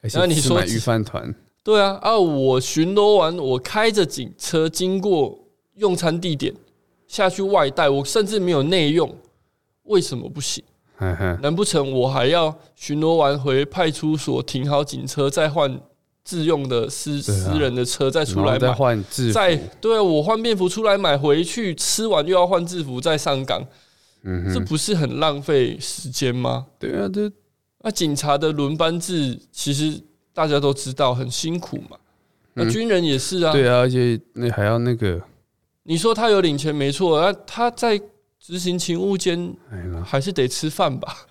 Speaker 3: 而且
Speaker 2: 那你
Speaker 3: 是
Speaker 2: 说
Speaker 3: 哎买御饭团，
Speaker 2: 对啊，啊，我巡逻完，我开着警车经过用餐地点，下去外带，我甚至没有内用，为什么不行？
Speaker 3: 哼嗯哼，
Speaker 2: 难不成我还要巡逻完回派出所停好警车，再换自用的私、
Speaker 3: 对啊
Speaker 2: 私人的车再出
Speaker 3: 然
Speaker 2: 来
Speaker 3: 后再
Speaker 2: 买？
Speaker 3: 换制服，
Speaker 2: 再对啊，我换便服出来买回去，吃完又要换制服再上岗，
Speaker 3: 嗯
Speaker 2: 这
Speaker 3: 哼，
Speaker 2: 不是很浪费时间吗？
Speaker 3: 对啊，这
Speaker 2: 那警察的轮班制其实大家都知道很辛苦嘛，那军人也是啊。
Speaker 3: 嗯对啊，而且那还要那个，
Speaker 2: 你说他有领钱没错，那他在执行勤务间
Speaker 3: 哎呀，
Speaker 2: 还是得吃饭吧？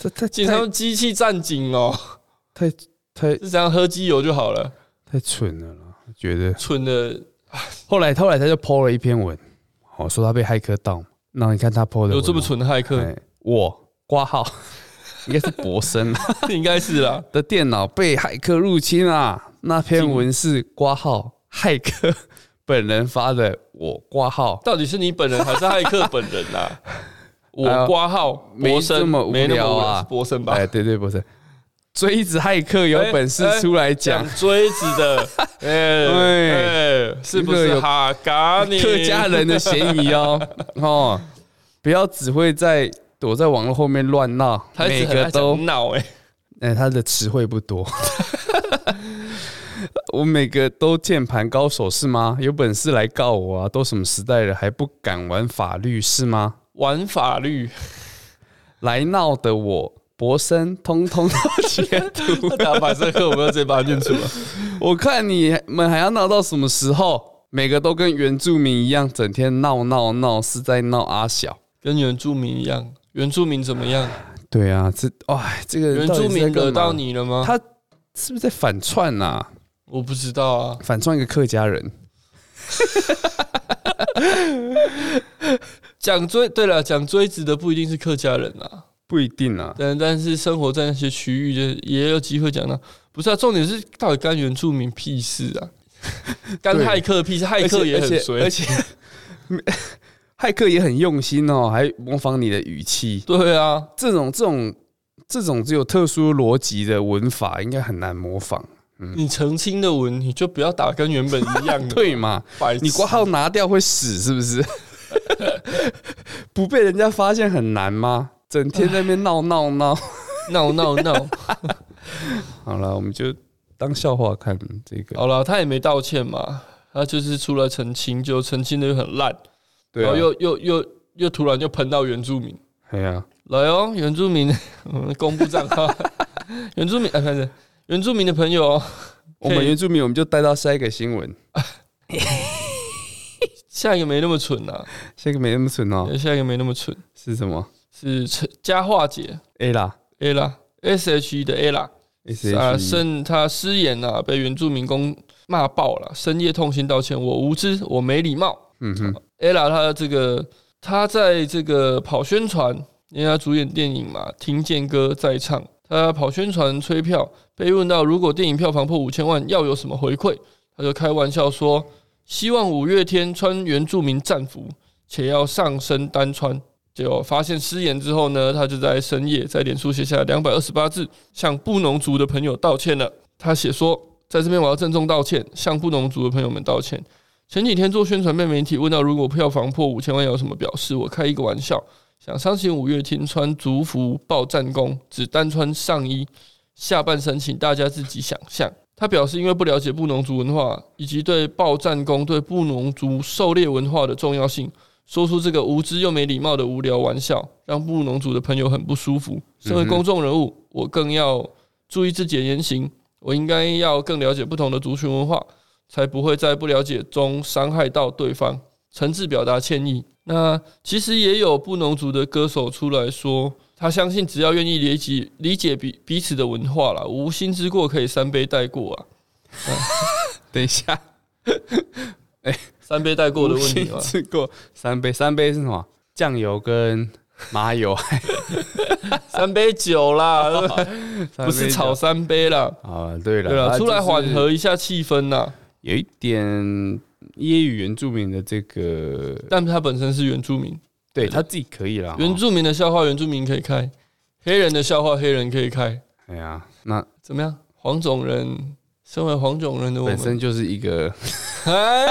Speaker 3: 这太
Speaker 2: 警察用机器战警哦，
Speaker 3: 太太太
Speaker 2: 是这样喝机油就好了，
Speaker 3: 太蠢了啦，我觉得。
Speaker 2: 蠢的
Speaker 3: 后来后来他就 PO 了一篇文，哦，说他被骇客盗嘛，那你看他 PO 的
Speaker 2: 有这么
Speaker 3: 文哦？
Speaker 2: 蠢的骇客，
Speaker 3: 哎我挂号应该是博生啊
Speaker 2: 应该是啦。
Speaker 3: 的电脑被骇客入侵啊，那篇文是挂号骇客本人发的，我挂号
Speaker 2: 到底是你本人还是骇客本人啊？
Speaker 3: 哎呦
Speaker 2: 我挂号
Speaker 3: 没
Speaker 2: 博
Speaker 3: 这
Speaker 2: 生，
Speaker 3: 么无
Speaker 2: 没那
Speaker 3: 聊
Speaker 2: 么无
Speaker 3: 啊
Speaker 2: 聊是博生吧？
Speaker 3: 哎，对对，博生追着骇客有
Speaker 2: 哎
Speaker 3: 本事
Speaker 2: 哎
Speaker 3: 出来讲
Speaker 2: 讲。锥子 的，哎哎，是不
Speaker 3: 一个
Speaker 2: 是
Speaker 3: 有
Speaker 2: 哈嘎 你
Speaker 3: 客家人的嫌疑哦， 哦，不要只会在躲在网络后面乱闹，
Speaker 2: 他一
Speaker 3: 每
Speaker 2: 直
Speaker 3: 个
Speaker 2: 很
Speaker 3: 都，
Speaker 2: 闹哎，
Speaker 3: 哎、他的词汇不多。 我每个都键盘高手是吗？有本事来告我啊！都什么时代了，还不敢玩法律是吗？
Speaker 2: 玩法律，
Speaker 3: 来闹的我，博生通通都截图。
Speaker 2: 打反社课我们要直接把它念出来。
Speaker 3: 我看你们还要闹到什么时候？每个都跟原住民一样，整天闹闹闹，是在闹阿小。
Speaker 2: 跟原住民一样，原住民怎么样？
Speaker 3: 对啊，这哇，这个人
Speaker 2: 原
Speaker 3: 到底
Speaker 2: 住
Speaker 3: 是在
Speaker 2: 民
Speaker 3: 干
Speaker 2: 惹到
Speaker 3: 嘛，
Speaker 2: 你了吗
Speaker 3: 他？是不是在反串啊？
Speaker 2: 我不知道啊，
Speaker 3: 反串一个客家人，
Speaker 2: 讲锥对了，讲锥子的不一定是客家人啊，
Speaker 3: 不一定啊。
Speaker 2: 但但是生活在那些区域的也有机会讲到，不是啊，重点是到底干原住民屁事 啊？干骇客屁事，骇客也
Speaker 3: 而且
Speaker 2: 很
Speaker 3: 而
Speaker 2: 衰，
Speaker 3: 且而且 骇客也很用心哦，还模仿你的语气。
Speaker 2: 对啊，
Speaker 3: 这种这种这种只有特殊逻辑的文法，应该很难模仿，
Speaker 2: 你澄清的文你就不要打跟原本一样的，
Speaker 3: 嗯 对嘛？
Speaker 2: 啊白痴
Speaker 3: 你挂号拿掉会死是不是？ 不被人家发现很难吗？整天在那边闹闹闹。
Speaker 2: 闹闹 闹，
Speaker 3: 好了，我们就当笑话看这个。
Speaker 2: 好了，他也没道歉嘛，他就是出来澄清，就澄清的又很烂，
Speaker 3: 对
Speaker 2: 然
Speaker 3: 啊
Speaker 2: 后，又又又又突然就喷到原住民。
Speaker 3: 哎呀，
Speaker 2: 来哦，原住民，我们公布账号。 原住民，哎，不是原住民的朋友哦，
Speaker 3: 我们
Speaker 2: 可以
Speaker 3: 原住民，我们就带到下一个新闻，
Speaker 2: 下一个没那么蠢啊，
Speaker 3: 下一个没那么蠢哦，
Speaker 2: 下一个没那么蠢，
Speaker 3: 是什么
Speaker 2: 是陈佳化姐
Speaker 3: A 啦
Speaker 2: A 啦，S H E 的 A 啦，
Speaker 3: ，S
Speaker 2: 啊，
Speaker 3: H E
Speaker 2: 甚她失言啊，被原住民公骂爆了，深夜痛心道歉，我无知，我没礼貌，
Speaker 3: 嗯哼，
Speaker 2: ella 她这个她在这个跑宣传，因为她主演电影嘛，《听见歌在唱》，她跑宣传催票，被问到如果电影票房破五千万要有什么回馈，她就开玩笑说，希望五月天穿原住民战服，且要上身单穿。结果发现失言之后呢，她就在深夜在脸书写下两百二十八字，向布农族的朋友道歉了。她写说，在这边我要郑重道歉，向布农族的朋友们道歉。前几天做宣传被媒体问到，如果票房破五千万要有什么表示，我开一个玩笑，想伤心五月天穿族服报战功，只单穿上衣，下半身请大家自己想象。他表示，因为不了解布农族文化以及对报战功对布农族狩猎文化的重要性，说出这个无知又没礼貌的无聊玩笑，让布农族的朋友很不舒服。身为公众人物，我更要注意自己的言行，我应该要更了解不同的族群文化。才不会在不了解中伤害到对方。诚挚表达歉意。那其实也有布农族的歌手出来说，他相信只要愿意理解理解彼彼此的文化啦，无心之过可以三杯带过啊，
Speaker 3: 等一下，
Speaker 2: 三杯带过的问题
Speaker 3: 我已经。
Speaker 2: 嘛
Speaker 3: 吃过三杯，三杯是什么？酱油跟麻 油，
Speaker 2: 三杯 酒啦，不
Speaker 3: 三杯
Speaker 2: 是
Speaker 3: 酒
Speaker 2: 炒三杯啦，
Speaker 3: 啊？对了，
Speaker 2: 对啦，
Speaker 3: 它
Speaker 2: 出来
Speaker 3: 就是
Speaker 2: 缓和一下气氛啦。
Speaker 3: 有一点揶揄原住民的这个，
Speaker 2: 但他本身是原住民，
Speaker 3: 对他自己可以啦。
Speaker 2: 原
Speaker 3: 哦
Speaker 2: 住民的笑话原住民可以开，黑人的笑话黑人可以开，
Speaker 3: 哎呀，那
Speaker 2: 怎么样？黄种人，身为黄种人的我
Speaker 3: 本
Speaker 2: 们，
Speaker 3: 身就是一个
Speaker 2: 哎，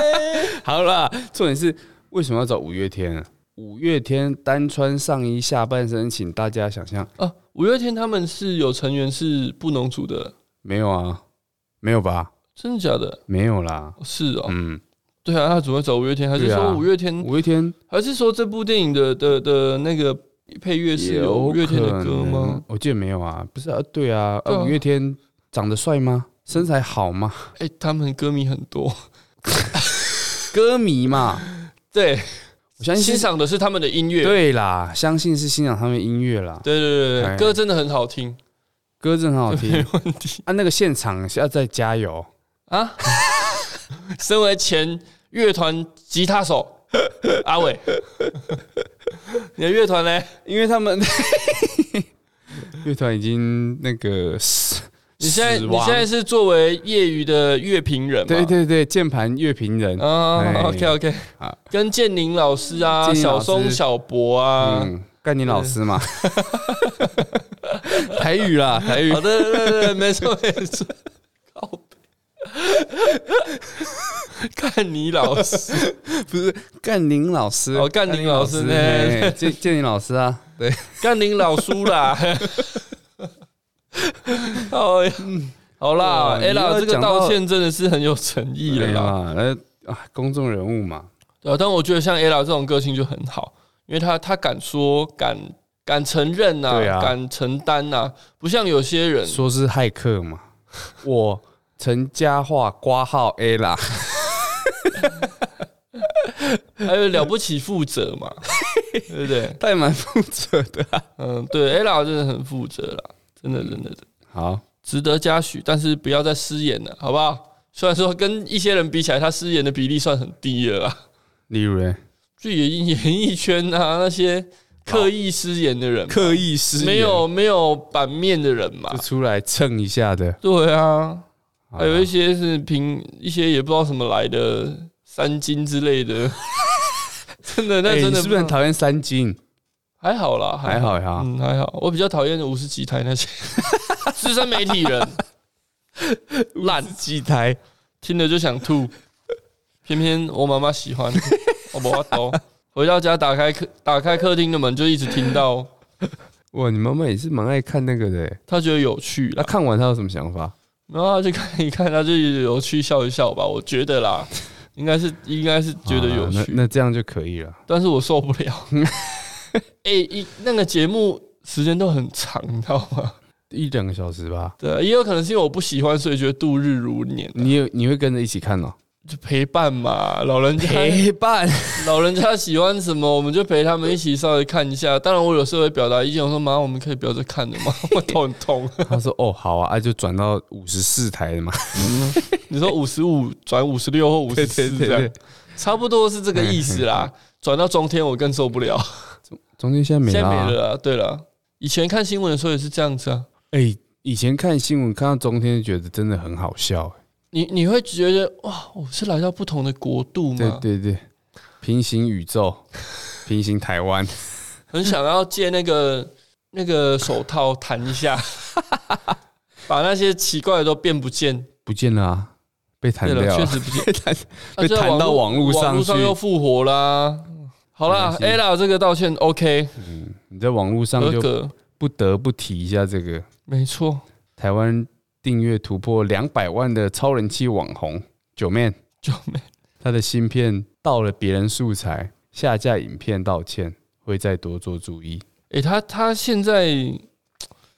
Speaker 3: 好啦，重点是为什么要找五月天啊？五月天单穿上衣下半身，请大家想象，
Speaker 2: 啊，五月天他们是有成员是布农族的，
Speaker 3: 没有啊？没有吧？
Speaker 2: 真的假的？
Speaker 3: 没有啦。
Speaker 2: 是哦，
Speaker 3: 嗯，
Speaker 2: 对啊，他怎么会找五月天？还是
Speaker 3: 对啊
Speaker 2: 说五月天？
Speaker 3: 五月天
Speaker 2: 还是说这部电影的的的那个配乐是有
Speaker 3: 有
Speaker 2: 五月天
Speaker 3: 可
Speaker 2: 的歌吗
Speaker 3: 能？？我记得没有啊，不是啊，对啊，
Speaker 2: 对
Speaker 3: 啊
Speaker 2: 啊
Speaker 3: 五月天长得帅吗？身材好吗？
Speaker 2: 哎、他们歌迷很多，
Speaker 3: 歌迷嘛，
Speaker 2: 对，
Speaker 3: 我相信
Speaker 2: 欣
Speaker 3: 是
Speaker 2: 赏的是他们的音乐。
Speaker 3: 对啦，相信是欣赏他们音乐啦，
Speaker 2: 对对对
Speaker 3: 哎
Speaker 2: 对，歌真的很好听，
Speaker 3: 歌真的很好听
Speaker 2: 没 问题
Speaker 3: 啊。那个现场要再加油，
Speaker 2: 啊。 身为前乐团吉他手阿伟，你的乐团呢？
Speaker 3: 因为他们 乐团已经那个死，
Speaker 2: 你现在
Speaker 3: 死
Speaker 2: 你
Speaker 3: 亡
Speaker 2: 现在是啊作为业余的乐评人嘛？
Speaker 3: 对对对，键盘乐评人，哎
Speaker 2: 啊，OK OK，
Speaker 3: 啊
Speaker 2: 跟建宁老师啊、
Speaker 3: 建宁老
Speaker 2: 小
Speaker 3: 师
Speaker 2: 松、小博啊，
Speaker 3: 嗯，干你老师嘛， 台语啦，台语
Speaker 2: 好，的，哦对对对，没错没错，靠 北，看你老师，
Speaker 3: 不是干林老师，
Speaker 2: 哦干林老师
Speaker 3: 哎
Speaker 2: 呢
Speaker 3: 建建林老师啊，对，
Speaker 2: 看你老叔啦， 哦，好
Speaker 3: 嗯哇
Speaker 2: 啦
Speaker 3: 你要
Speaker 2: ，ella 这个
Speaker 3: 讲到
Speaker 2: 道歉真的是很有诚意了
Speaker 3: 对
Speaker 2: 啦，
Speaker 3: 嘛，那啊，公众人物嘛，
Speaker 2: 对啊，但我觉得像 ella 这种个性就很好，因为她她敢说，敢敢承认呐
Speaker 3: 对啊，
Speaker 2: 敢承担呐，不像有些人，
Speaker 3: 说是骇客嘛，我陈嘉桦挂号 A 啦，
Speaker 2: 还有了不起负责嘛，对不对？
Speaker 3: 但蛮负责的啊、
Speaker 2: 嗯，对，ella 真的很负责啦，真的真的真的
Speaker 3: 好，
Speaker 2: 值得嘉许，但是不要再失言了，好不好？虽然说跟一些人比起来，他失言的比例算很低了啦，
Speaker 3: 例如嘞，
Speaker 2: 就演演艺圈啊那些刻意失言的人嘛，
Speaker 3: 刻意失言
Speaker 2: 没有没有版面的人嘛
Speaker 3: 就，出来蹭一下的，
Speaker 2: 对啊，
Speaker 3: 好
Speaker 2: 还有一些是凭一些也不知道什么来的三金之类的， 真的那
Speaker 3: 哎
Speaker 2: 真
Speaker 3: 你
Speaker 2: 的
Speaker 3: 是不是很
Speaker 2: 知道
Speaker 3: 讨厌三金？
Speaker 2: 还好啦，
Speaker 3: 还好呀、
Speaker 2: 嗯，还好，我比较讨厌五十几台那 些资深媒体人，烂
Speaker 3: 几台
Speaker 2: 听了就想吐，偏偏我妈妈 喜欢，我不懂。回到家，打开客打开客厅的门，就一直听到，
Speaker 3: 哇！你妈妈也是蛮爱看那个的欸，
Speaker 2: 她觉得有趣
Speaker 3: 那
Speaker 2: 啦，
Speaker 3: 看完她有什么想法？
Speaker 2: 然后她就看一看，她就有趣笑一笑吧，我觉得啦，应该是应该是觉得有
Speaker 3: 啊
Speaker 2: 趣，
Speaker 3: 那那这样就可以了。
Speaker 2: 但是我受不 了。哎、一那个节目时间都很长，你知道吗？
Speaker 3: 一两个小时吧，
Speaker 2: 对，啊也有可能是因为我不喜欢，所以觉得度日如年。
Speaker 3: 你有你会跟着一起 看哦。
Speaker 2: 就陪伴嘛，老人家
Speaker 3: 伴，
Speaker 2: 老人家喜欢什么，我们就陪他们一起稍微看一下。当然，我有时候会表达意见，我说妈，我们可以不要再 看了吗？我头很痛。
Speaker 3: 他说哦好啊，啊就转到五十四台了嘛。
Speaker 2: 你说五十五转五十六或五
Speaker 3: 对
Speaker 2: 十
Speaker 3: 对
Speaker 2: 四
Speaker 3: 对
Speaker 2: 这样
Speaker 3: 对，，
Speaker 2: 差不多是这个意 思啦。转到中天我更受不了，
Speaker 3: 中间现在没
Speaker 2: 现在
Speaker 3: 啦
Speaker 2: 没了啊。对了，以前看新闻的时候也是这样子啊。
Speaker 3: 哎、以前看新闻看到中天，觉得真的很好笑、
Speaker 2: 你你会觉得哇，我是来到不同的国度
Speaker 3: 对
Speaker 2: 嘛，
Speaker 3: 对对，平行宇 宙，平行台湾，
Speaker 2: 很想要借那个那个手套弹 一下，把那些奇怪的都变不见。
Speaker 3: 不见了啊，被弹
Speaker 2: 对
Speaker 3: 掉
Speaker 2: 了，确
Speaker 3: 了，
Speaker 2: 实不见，
Speaker 3: 被弹
Speaker 2: 啊
Speaker 3: 被
Speaker 2: 就在
Speaker 3: 弹到
Speaker 2: 网
Speaker 3: 网络上
Speaker 2: 网络上
Speaker 3: 去
Speaker 2: 又复活啦。好啦
Speaker 3: 没关系
Speaker 2: ，ella 这个道歉 OK
Speaker 3: 你在网络上
Speaker 2: 合
Speaker 3: 就
Speaker 2: 格，
Speaker 3: 不得不提一下这个
Speaker 2: 没错。
Speaker 3: 台湾订阅突破两百万的超人气网红九妹，
Speaker 2: 救命！
Speaker 3: 她的芯片盗了别人素材，下架影片道歉，会再多做注意。
Speaker 2: 诶，他他现在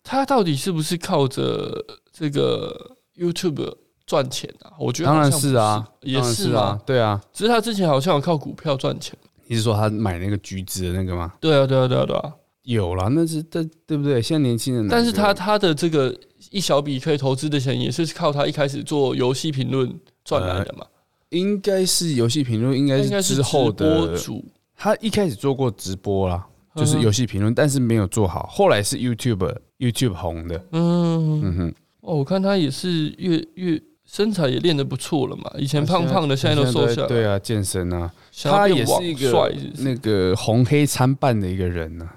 Speaker 2: 他到底是不是靠着这个 YouTube 赚钱啊？我觉得
Speaker 3: 当然
Speaker 2: 好像
Speaker 3: 是啊，
Speaker 2: 不是也
Speaker 3: 当然
Speaker 2: 是
Speaker 3: 是
Speaker 2: 嘛
Speaker 3: 啊。，对啊。
Speaker 2: 只是他之前好像有靠股票赚钱。
Speaker 3: 你是说他买那个橘子的那个吗？
Speaker 2: 对啊，对啊，对啊，对啊。
Speaker 3: 有啦，那是对对不对？现在年轻人哪个，
Speaker 2: 但是他他的这个一小笔可以投资的钱，也是靠他一开始做游戏评论赚来的嘛。
Speaker 3: 应该是游戏评论，呃应该
Speaker 2: 应该
Speaker 3: 是
Speaker 2: 是
Speaker 3: 之后
Speaker 2: 直播
Speaker 3: 的。
Speaker 2: 主，
Speaker 3: 他一开始做过直播啦，就是
Speaker 2: 嗯
Speaker 3: 游戏评论，但是没有做好。后来是 YouTube YouTube 红的，
Speaker 2: 嗯
Speaker 3: 嗯哼，
Speaker 2: 哦，我看他也是越越身材也练得不错了嘛。以前胖
Speaker 3: 啊
Speaker 2: 胖的，现在都瘦下来，
Speaker 3: 对啊，健身啊，
Speaker 2: 想要
Speaker 3: 他
Speaker 2: 变
Speaker 3: 也
Speaker 2: 网
Speaker 3: 是一个
Speaker 2: 帅是不是
Speaker 3: 那个红黑参半的一个人呢、啊。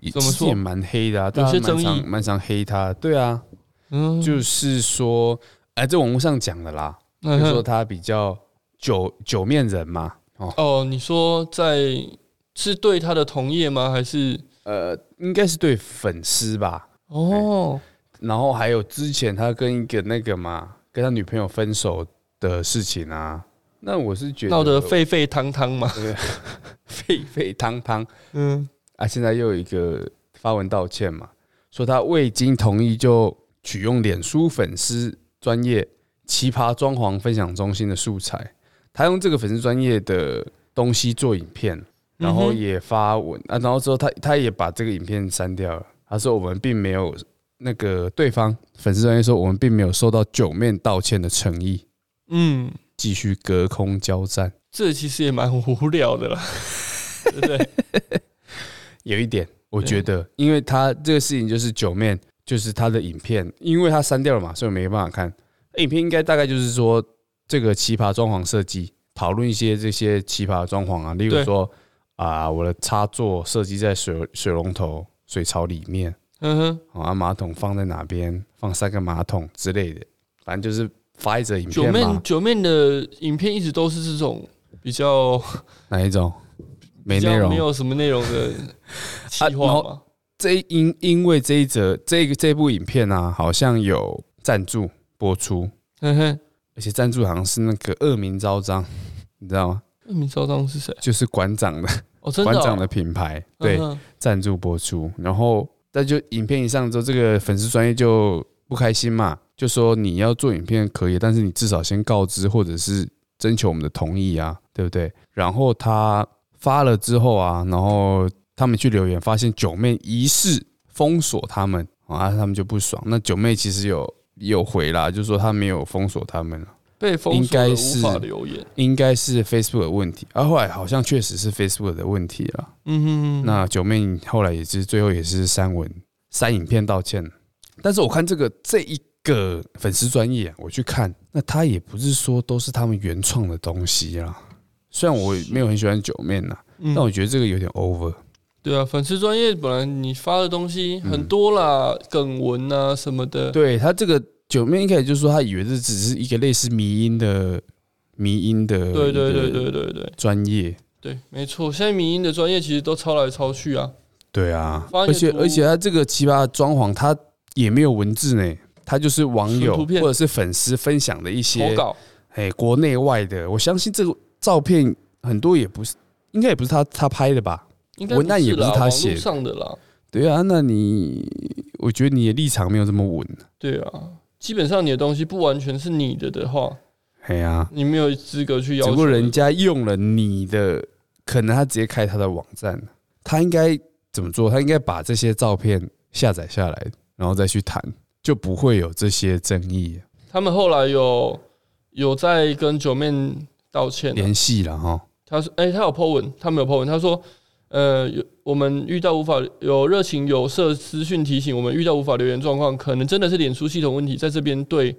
Speaker 3: 也
Speaker 2: 怎么
Speaker 3: 其实
Speaker 2: 说
Speaker 3: 也蛮黑的啊，大家
Speaker 2: 些
Speaker 3: 蛮
Speaker 2: 争议
Speaker 3: 常蛮常黑他。对啊，
Speaker 2: 嗯，
Speaker 3: 就是说，哎，在网络上讲的啦，
Speaker 2: 那
Speaker 3: 就说他比较九九面人嘛，哦，
Speaker 2: 哦，你说在是对他的同业吗？还是
Speaker 3: 呃，应该是对粉丝吧。
Speaker 2: 哦
Speaker 3: 然后还有之前他跟一个那个嘛，跟他女朋友分手的事情啊，那我是觉得
Speaker 2: 闹得沸沸汤汤嘛？
Speaker 3: 沸沸汤汤
Speaker 2: 嗯，
Speaker 3: 啊，现在又有一个发文道歉嘛，说他未经同意就取用脸书粉丝专业奇葩装潢分享中心的素材，他用这个粉丝专业的东西做影片，然后也发文、啊，然后之后他他也把这个影片删掉了。他说我们并没有那个对方粉丝专业说我们并没有收到九面道歉的诚意，
Speaker 2: 嗯，
Speaker 3: 继续隔空交战，
Speaker 2: 这其实也蛮无聊的啦， 对不对？
Speaker 3: 有一点我觉得，因为他这个事情就是九面，就是他的影片，因为他删掉了嘛，所以没办法看。影片应该大概就是说这个奇葩装潢设计，讨论一些这些奇葩装潢啊，例如
Speaker 2: 对
Speaker 3: 说啊、我的插座设计在水水龙头水槽里面。
Speaker 2: 嗯哼，
Speaker 3: 哦啊，马桶放在哪边，放三个马桶之类的，反正就是发一则影
Speaker 2: 九
Speaker 3: 片
Speaker 2: 面
Speaker 3: 嘛。
Speaker 2: 九面的影片一直都是这种比较
Speaker 3: 哪一种？没
Speaker 2: 比
Speaker 3: 内
Speaker 2: 较没
Speaker 3: 容。啊
Speaker 2: 有什么内容 的企
Speaker 3: 然
Speaker 2: 划
Speaker 3: 后
Speaker 2: 嘛。
Speaker 3: 这一因因为这一则这个这部影片啊，好像有赞助播出，
Speaker 2: 嗯哼，
Speaker 3: 而且赞助好像是那个恶名昭彰，你知道吗？
Speaker 2: 那明昭彰是谁？
Speaker 3: 就是馆长的
Speaker 2: 哦，真的
Speaker 3: 馆
Speaker 2: 哦、
Speaker 3: 长的品牌，对
Speaker 2: 嗯，哼
Speaker 3: 赞助播出。然后那就影片一上之后，这个粉丝专业就不开心嘛，就说你要做影片可以，但是你至少先告知或者是征求我们的同意啊，对不对？然后他发了之后啊，然后他们去留言，发现九妹疑似封锁他们啊，他们就不爽。那九妹其实有有回啦，就说她没有封锁他们啊
Speaker 2: 被封
Speaker 3: 应
Speaker 2: 锁
Speaker 3: 该
Speaker 2: 的无
Speaker 3: 是
Speaker 2: 法留言。
Speaker 3: 应该是 Facebook 的问题。啊，后来好像确实是 Facebook 的问题了。
Speaker 2: 嗯哼，
Speaker 3: 那九妹后来也是最后也是删文删影片道歉，但是我看这个这一个粉丝专业，啊我去看，那他也不是说都是他们原创的东西啦。虽然我没有很喜欢九妹呐，
Speaker 2: 嗯
Speaker 3: 但我觉得这个有点 over。
Speaker 2: 对啊，粉丝专业本来你发的东西很多啦，梗文啊什么的。
Speaker 3: 嗯对他这个九妹一开始就说他以为这只是一个类似迷音的迷音的
Speaker 2: 对对对
Speaker 3: 一个
Speaker 2: 对对对
Speaker 3: 专业，
Speaker 2: 对，没错。现在民音的专业其实都抄来抄去啊。
Speaker 3: 对啊，
Speaker 2: 发一
Speaker 3: 而
Speaker 2: 个
Speaker 3: 且
Speaker 2: 图
Speaker 3: 而且他这个奇葩装潢他也没有文字呢，他就是网友
Speaker 2: 纯图
Speaker 3: 或
Speaker 2: 片
Speaker 3: 者是粉丝分享的一些
Speaker 2: 投稿，
Speaker 3: 哎，国内外的，我相信这个照片很多也不是，应该也不是他他拍的吧？
Speaker 2: 应该
Speaker 3: 文案也不
Speaker 2: 啦
Speaker 3: 是他
Speaker 2: 网络
Speaker 3: 写的
Speaker 2: 上的啦。
Speaker 3: 对啊，那你我觉得你的立场没有这么稳。
Speaker 2: 对啊，基本上你的东西不完全是你的的话，
Speaker 3: 哎呀、
Speaker 2: 你没有资格去要
Speaker 3: 只
Speaker 2: 求。
Speaker 3: 不过人家用了你的，可能他直接开他的网站，他应该怎么做？他应该把这些照片下载下来，然后再去谈，就不会有这些争议。
Speaker 2: 他们后来有有在跟九面道歉了。
Speaker 3: 联系了哈。
Speaker 2: 他说，哎、他有 po 文，他没有 po 文，他说，呃，有我们遇到无法有热情有色私讯提醒，我们遇到无法留言状况，可能真的是脸书系统问题，在这边对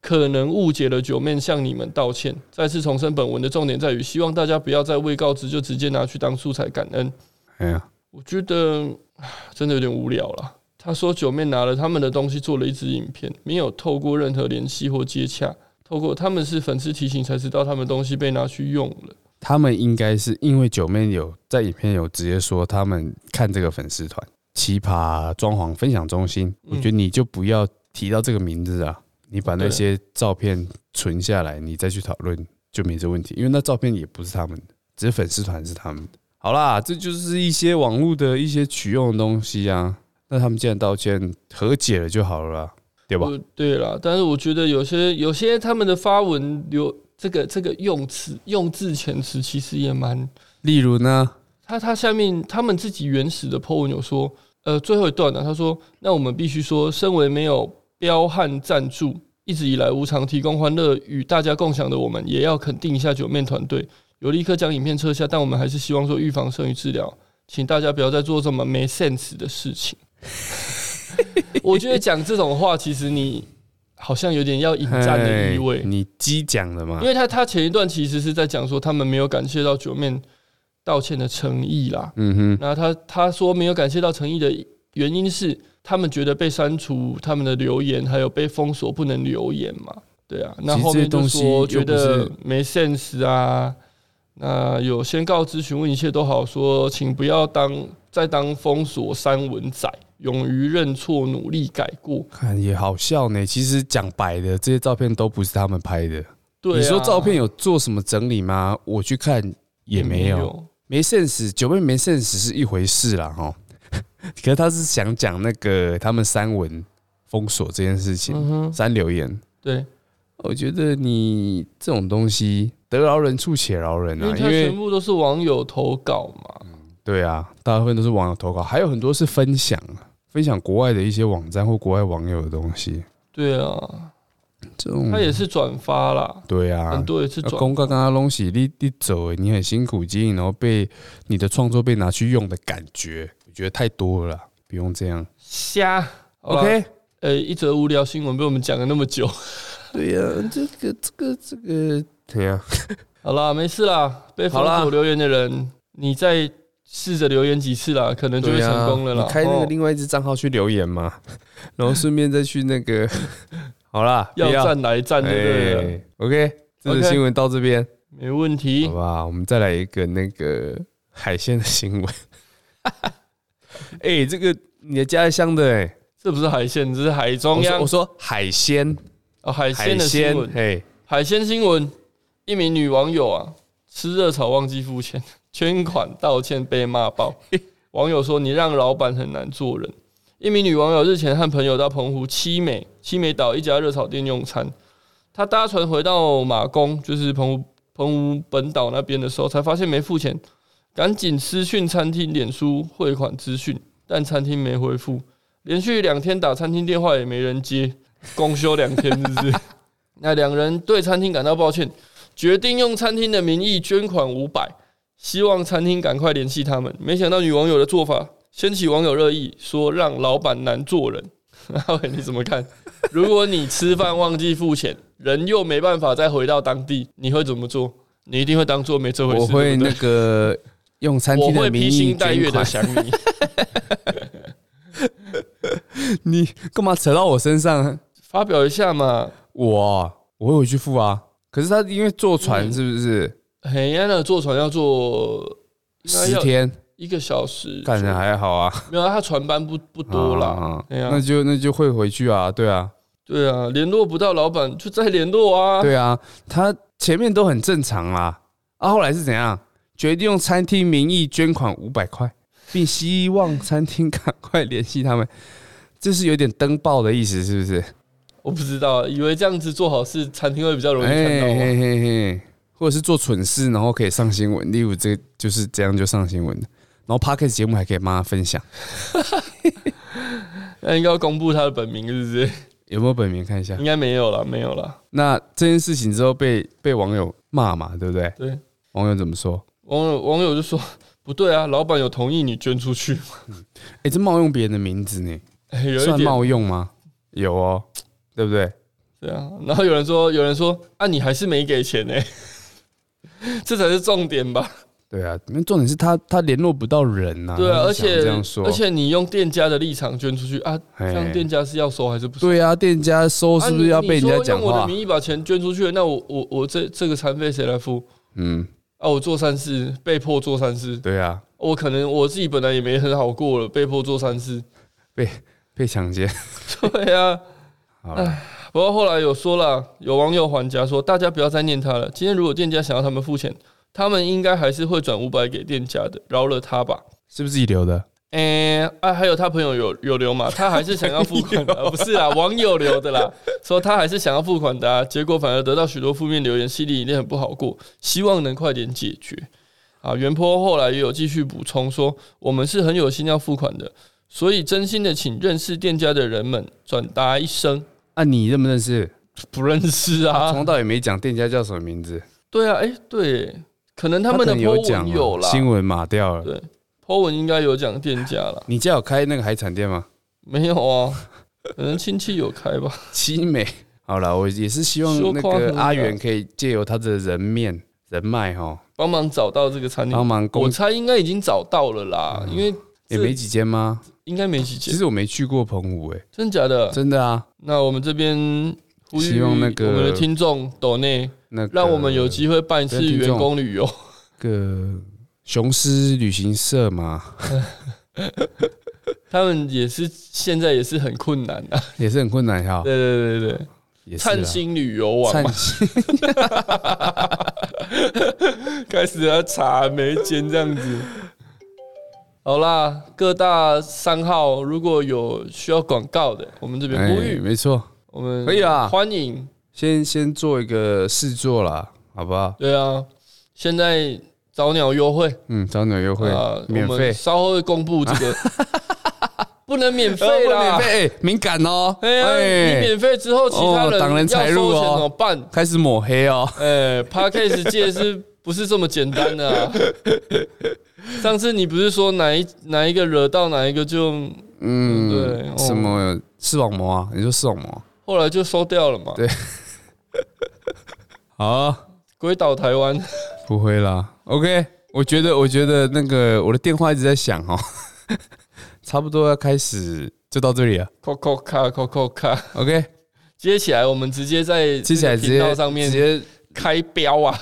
Speaker 2: 可能误解了九面向你们道歉。再次重申，本文的重点在于，希望大家不要在未告知就直接拿去当素材感恩。
Speaker 3: 哎呀，
Speaker 2: 我觉得唉真的有点无聊了。他说九妹拿了他们的东西做了一支影片，没有透过任何联系或接洽，透过他们是粉丝提醒才知道他们东西被拿去用了。
Speaker 3: 他们应该是因为九妹有在影片有直接说他们看这个粉丝团奇葩装潢分享中心，
Speaker 2: 嗯
Speaker 3: 我觉得你就不要提到这个名字啊，你把那
Speaker 2: 对
Speaker 3: 些照片存下来，你再去讨论就没这问题，因为那照片也不是他们的，只是粉丝团是他们的。好啦，这就是一些网络的一些取用的东西啊。那他们既然道歉和解了就好了啦，对吧？
Speaker 2: 呃对啦，但是我觉得有些有些他们的发文留这个这个用词用字遣词其实也蛮
Speaker 3: 例如呢，
Speaker 2: 他他下面他们自己原始的 po 文有说，呃，最后一段呢、他说，那我们必须说，身为没有彪悍赞助，一直以来无偿提供欢乐与大家共享的我们，也要肯定一下九面团队，有立刻将影片撤下，但我们还是希望说预防胜于治疗，请大家不要再做这么没 sense 的事情。 我觉得讲这种话，其实你好像有点要引战的意味
Speaker 3: 哎，你激讲了嘛
Speaker 2: 因？为他他前一段其实是在讲说他们没有感谢到九面道歉的诚意啦，
Speaker 3: 嗯哼，
Speaker 2: 那他他说没有感谢到诚意的原因是，他们觉得被删除他们的留言，还有被封锁不能留言嘛？对啊，那
Speaker 3: 其实
Speaker 2: 后
Speaker 3: 这些
Speaker 2: 面就
Speaker 3: 东西
Speaker 2: 说
Speaker 3: 又
Speaker 2: 觉
Speaker 3: 不是
Speaker 2: 得没 sense 啊。那有先告知询问一切都好说，请不要当再当封锁删文仔，勇于认错，努力改过。
Speaker 3: 看也好笑呢。其实讲白的，这些照片都不是他们拍的。
Speaker 2: 对、
Speaker 3: 你
Speaker 2: 啊，
Speaker 3: 说照片有做什么整理吗？我去看也没有，没 sense。九妹没 sense 是一回事啦，哈。 可是他是想讲那个他们删文封锁这件事情，
Speaker 2: 嗯哼，
Speaker 3: 删留言。
Speaker 2: 对，
Speaker 3: 嗯我觉得你这种东西得饶人处且饶人
Speaker 2: 因
Speaker 3: 啊，
Speaker 2: 为
Speaker 3: 因
Speaker 2: 他
Speaker 3: 为
Speaker 2: 全部都是网友投稿嘛。
Speaker 3: 对啊，大部分都是网友投稿，还有很多是分享啊，分享国外的一些网站或国外网友的东西。
Speaker 2: 对啊，
Speaker 3: 这种
Speaker 2: 他也是转发啦，
Speaker 3: 对啊，
Speaker 2: 很多也是
Speaker 3: 啊，
Speaker 2: 转发。
Speaker 3: 公告刚刚东西，你你走，你很辛苦经营，然后被你的创作被拿去用的感觉，我觉得太多了啦，不用这样。
Speaker 2: 瞎。好啦
Speaker 3: OK，
Speaker 2: 呃、一则无聊新闻被我们讲了那么久，
Speaker 3: 对呀、这个这个这个，对呀、
Speaker 2: 好啦，没事啦。被封
Speaker 3: 好啦
Speaker 2: 锁留言的人，你再试着留言几次啦，可能就会
Speaker 3: 对呀、
Speaker 2: 成功了啦。
Speaker 3: 你开那个
Speaker 2: 哦
Speaker 3: 另外一只账号去留言 嘛，然后顺便再去那个，好啦，不
Speaker 2: 要站来站的人，
Speaker 3: 哎，OK，这哦个
Speaker 2: OK
Speaker 3: 新闻到这边，
Speaker 2: 没问题
Speaker 3: 好。吧，我们再来一个那个海鲜的新闻。 哎、这个你的家乡的哎、
Speaker 2: 这不是海鲜，这是海中
Speaker 3: 我说
Speaker 2: 央
Speaker 3: 我说海鲜。
Speaker 2: 哦，海鲜
Speaker 3: 哦海
Speaker 2: 的新
Speaker 3: 鲜，
Speaker 2: 闻。
Speaker 3: 嘿，
Speaker 2: 海鲜新闻：一名女网友啊，吃热炒忘记付钱， 捐款道歉被骂爆。网友说：“你让老板很难做人。”一名女网友日前和朋友到澎湖七美七美岛一家热炒店用餐，她搭船回到马公，就是澎湖澎湖本岛那边的时候，才发现没付钱，赶紧私讯餐厅脸书汇款资讯，但餐厅没回复，连续两天打餐厅电话也没人接，公休两天是不是？那两人对餐厅感到抱歉，决定用餐厅的名义捐款五百，希望餐厅赶快联系他们。没想到女网友的做法掀起网友热议，说让老板难做人。 阿伟你怎么看？如果你吃饭忘记付钱，人又没办法再回到当地，你会怎么做？你一定会当做没这回事。
Speaker 3: 我会
Speaker 2: 对不对
Speaker 3: 那个用餐
Speaker 2: 我
Speaker 3: 厅
Speaker 2: 会
Speaker 3: 的名
Speaker 2: 披
Speaker 3: 义
Speaker 2: 星戴
Speaker 3: 捐
Speaker 2: 月的
Speaker 3: 款。
Speaker 2: 想你。
Speaker 3: 你干嘛扯到我身上？
Speaker 2: 发表一下嘛。
Speaker 3: 我啊我会回去付啊。可是他因为坐船
Speaker 2: 嗯
Speaker 3: 是不是
Speaker 2: 嘿，安娜坐船要坐应该
Speaker 3: 十
Speaker 2: 要
Speaker 3: 天？
Speaker 2: 一个小时，
Speaker 3: 干的还好啊，
Speaker 2: 没有啊，他船班不不多啦。
Speaker 3: 啊
Speaker 2: 哎呀
Speaker 3: 那就那就会回去啊，对啊，
Speaker 2: 对啊，联络不到老板就再联络啊。
Speaker 3: 对啊。他前面都很正常啦，啊，后来是怎样？决定用餐厅名义捐款五百块，并希望餐厅 赶快联系他们。这是有点登报的意思，是不是？
Speaker 2: 我不知道，以为这样子做好事，餐厅会比较容易看到啊吗？
Speaker 3: 嘿嘿嘿，或者是做蠢事，然后可以上新闻。例如这个就是这样就上新闻的，然后 p o d c a s 节目还可以帮他分享。
Speaker 2: 那应该要公布他的本名，是不是？
Speaker 3: 有没有本名看一下
Speaker 2: 应？该没有了，没有了。
Speaker 3: 那这件事情之后被被网友骂嘛，对不对？
Speaker 2: 对，
Speaker 3: 网友怎么说？
Speaker 2: 网友网友就说不对啊，老板有同意你捐出去 吗？
Speaker 3: 哎、这冒用别人的名字呢，
Speaker 2: 哎有一
Speaker 3: 算
Speaker 2: 点
Speaker 3: 冒用吗？有哦，对不对？
Speaker 2: 对啊。然后有人说，有人说啊，你还是没给钱呢、欸 这才是重点吧？
Speaker 3: 对啊，因为重点是他他联络不到人呐、
Speaker 2: 对啊，
Speaker 3: 他
Speaker 2: 而
Speaker 3: 是想
Speaker 2: 且
Speaker 3: 这样说，
Speaker 2: 而且你用店家的立场捐出去啊，这样
Speaker 3: 嘿
Speaker 2: 店家是要收还是不收？
Speaker 3: 对啊，店家收是不是要被人家讲
Speaker 2: 啊你你说用我的
Speaker 3: 话？
Speaker 2: 名义把钱捐出去，那我我我这这个餐费谁来付
Speaker 3: 嗯，
Speaker 2: 啊？我做善事，被迫做善事，
Speaker 3: 对啊，
Speaker 2: 我可能我自己本来也没很好过了，被迫做善事。
Speaker 3: 被抢劫。
Speaker 2: 对啊，
Speaker 3: 好了，
Speaker 2: 不过后来有说了，有网友还价说，大家不要再念他了。今天如果店家想要他们付钱，他们应该还是会转五百给店家的，饶了他吧。
Speaker 3: 是不是自己留的？
Speaker 2: 诶、啊，还有他朋友有有留嘛？他还是想要付款的、啊，不是 啦，网友留的啦，说他还是想要付款的、啊，结果反而得到许多负面留言，心里一定很不好过，希望能快点解决。啊，袁坡后来也有继续补充说，我们是很有心要付款的，所以真心的请认识店家的人们转达一声
Speaker 3: 啊，你认不认识？
Speaker 2: 不认识
Speaker 3: 从
Speaker 2: 啊，
Speaker 3: 头到尾没讲店家叫什么名字，
Speaker 2: 对啊，哎、对，可能他们
Speaker 3: 可
Speaker 2: 的
Speaker 3: 能
Speaker 2: po
Speaker 3: 有讲
Speaker 2: 文
Speaker 3: 啊
Speaker 2: 有啦
Speaker 3: 新闻码掉了。
Speaker 2: 对，po 文应该有讲店家啦，
Speaker 3: 你家有开那个海产店吗？
Speaker 2: 没有啊，可能亲戚有开吧。
Speaker 3: 七美。好了，我也是希
Speaker 2: 说
Speaker 3: 望那
Speaker 2: 夸张
Speaker 3: 个
Speaker 2: 的
Speaker 3: 阿元可以借由他的人面人脉哈，
Speaker 2: 帮忙找到这个餐
Speaker 3: 帮
Speaker 2: 厅。
Speaker 3: 忙
Speaker 2: 我
Speaker 3: 攻
Speaker 2: 猜应该已经找到了啦，因为
Speaker 3: 也没几间吗？
Speaker 2: 应该没几
Speaker 3: 其
Speaker 2: 间，
Speaker 3: 实我没去过澎湖，哎，
Speaker 2: 真假的？
Speaker 3: 真的啊，
Speaker 2: 那我们这边呼吁
Speaker 3: 希
Speaker 2: 我
Speaker 3: 望那个
Speaker 2: 们的听众抖内，
Speaker 3: 那个
Speaker 2: 让我们有机会办一次
Speaker 3: 跟听众
Speaker 2: 员工旅游。
Speaker 3: 个雄狮旅行社嘛，
Speaker 2: 他们也是现在也是很困难 的、啊，
Speaker 3: 也是很困难哈，
Speaker 2: 对对对对对，
Speaker 3: 哦也是啊
Speaker 2: 灿星旅游网嘛
Speaker 3: 灿 星，
Speaker 2: 开始要查每一间这样子。好啦，各大商号如果有需要广告的，我们这边呼
Speaker 3: 哎，
Speaker 2: 吁，
Speaker 3: 没错，
Speaker 2: 我们
Speaker 3: 可以啊啦
Speaker 2: 欢迎。
Speaker 3: 先先做一个试做啦，好不好？
Speaker 2: 对啊，现在早鸟优惠，
Speaker 3: 嗯，早鸟优惠
Speaker 2: 啊，我
Speaker 3: 免
Speaker 2: 们
Speaker 3: 费，
Speaker 2: 稍后会公布这 个，不能免
Speaker 3: 呃
Speaker 2: 费
Speaker 3: 不免
Speaker 2: 啦。
Speaker 3: 费，哎敏感哦，
Speaker 2: 哎呀，你免费之后，其他
Speaker 3: 哦
Speaker 2: 人
Speaker 3: 挡人
Speaker 2: 要
Speaker 3: 财
Speaker 2: 收
Speaker 3: 路
Speaker 2: 钱
Speaker 3: 哦
Speaker 2: 怎么办？
Speaker 3: 开始抹黑哦，
Speaker 2: 哎 p a c a s e 界是不是这么简单的啊？上次你不是说哪一哪一个惹到哪一个就
Speaker 3: 嗯，
Speaker 2: 对哦
Speaker 3: 什么视网膜啊？你说视网膜？
Speaker 2: 后来就收掉了嘛？
Speaker 3: 对好啊，
Speaker 2: 鬼岛台湾，
Speaker 3: 不会啦，OK。我觉得，我觉得那个我的电话一直在响哦， 差不多要开始，就到这里了
Speaker 2: 扣扣卡扣扣卡，
Speaker 3: ，OK。
Speaker 2: 接起来我们直接在
Speaker 3: 接下来
Speaker 2: 这
Speaker 3: 直
Speaker 2: 个频道
Speaker 3: 接
Speaker 2: 上面
Speaker 3: 直接
Speaker 2: 开 标啊，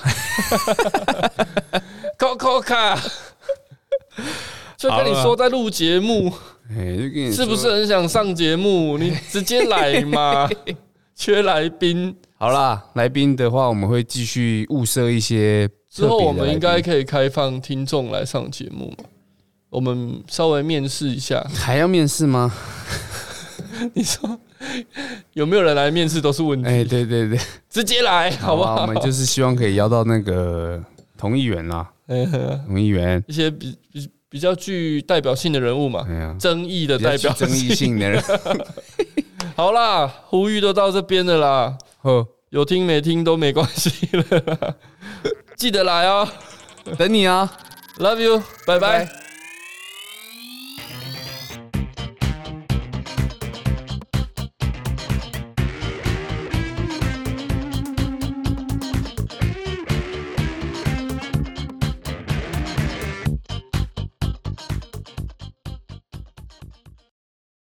Speaker 2: 扣扣卡。就跟你说在录节目，
Speaker 3: 哎、就跟你
Speaker 2: 是不
Speaker 3: 说
Speaker 2: 是很想上节目？你直接来 嘛，缺来宾。
Speaker 3: 好啦？来宾的话，我们会继续物色一些
Speaker 2: 之
Speaker 3: 特
Speaker 2: 后
Speaker 3: 别的
Speaker 2: 我们应
Speaker 3: 来
Speaker 2: 该
Speaker 3: 宾
Speaker 2: 可以开放听众来上节目嘛？我们稍微面试 一下，
Speaker 3: 还要面试吗？
Speaker 2: 你说有没有人来面试都是问题，
Speaker 3: 哎、对对对，
Speaker 2: 直接来好
Speaker 3: 好
Speaker 2: 不
Speaker 3: 吧，
Speaker 2: 好
Speaker 3: 我？们就是希望可以邀到那个同议员啦，同议员，
Speaker 2: 一些比比比较具代表性的人物嘛，
Speaker 3: 哎呀，
Speaker 2: 争议的
Speaker 3: 比较
Speaker 2: 代表
Speaker 3: 具争议性的人，
Speaker 2: 好啦，呼吁都到这边了啦，
Speaker 3: 哦，
Speaker 2: 有听没听都没关系了啦，记得来哦
Speaker 3: 等你啊，啊
Speaker 2: ，Love you，拜拜。
Speaker 3: 拜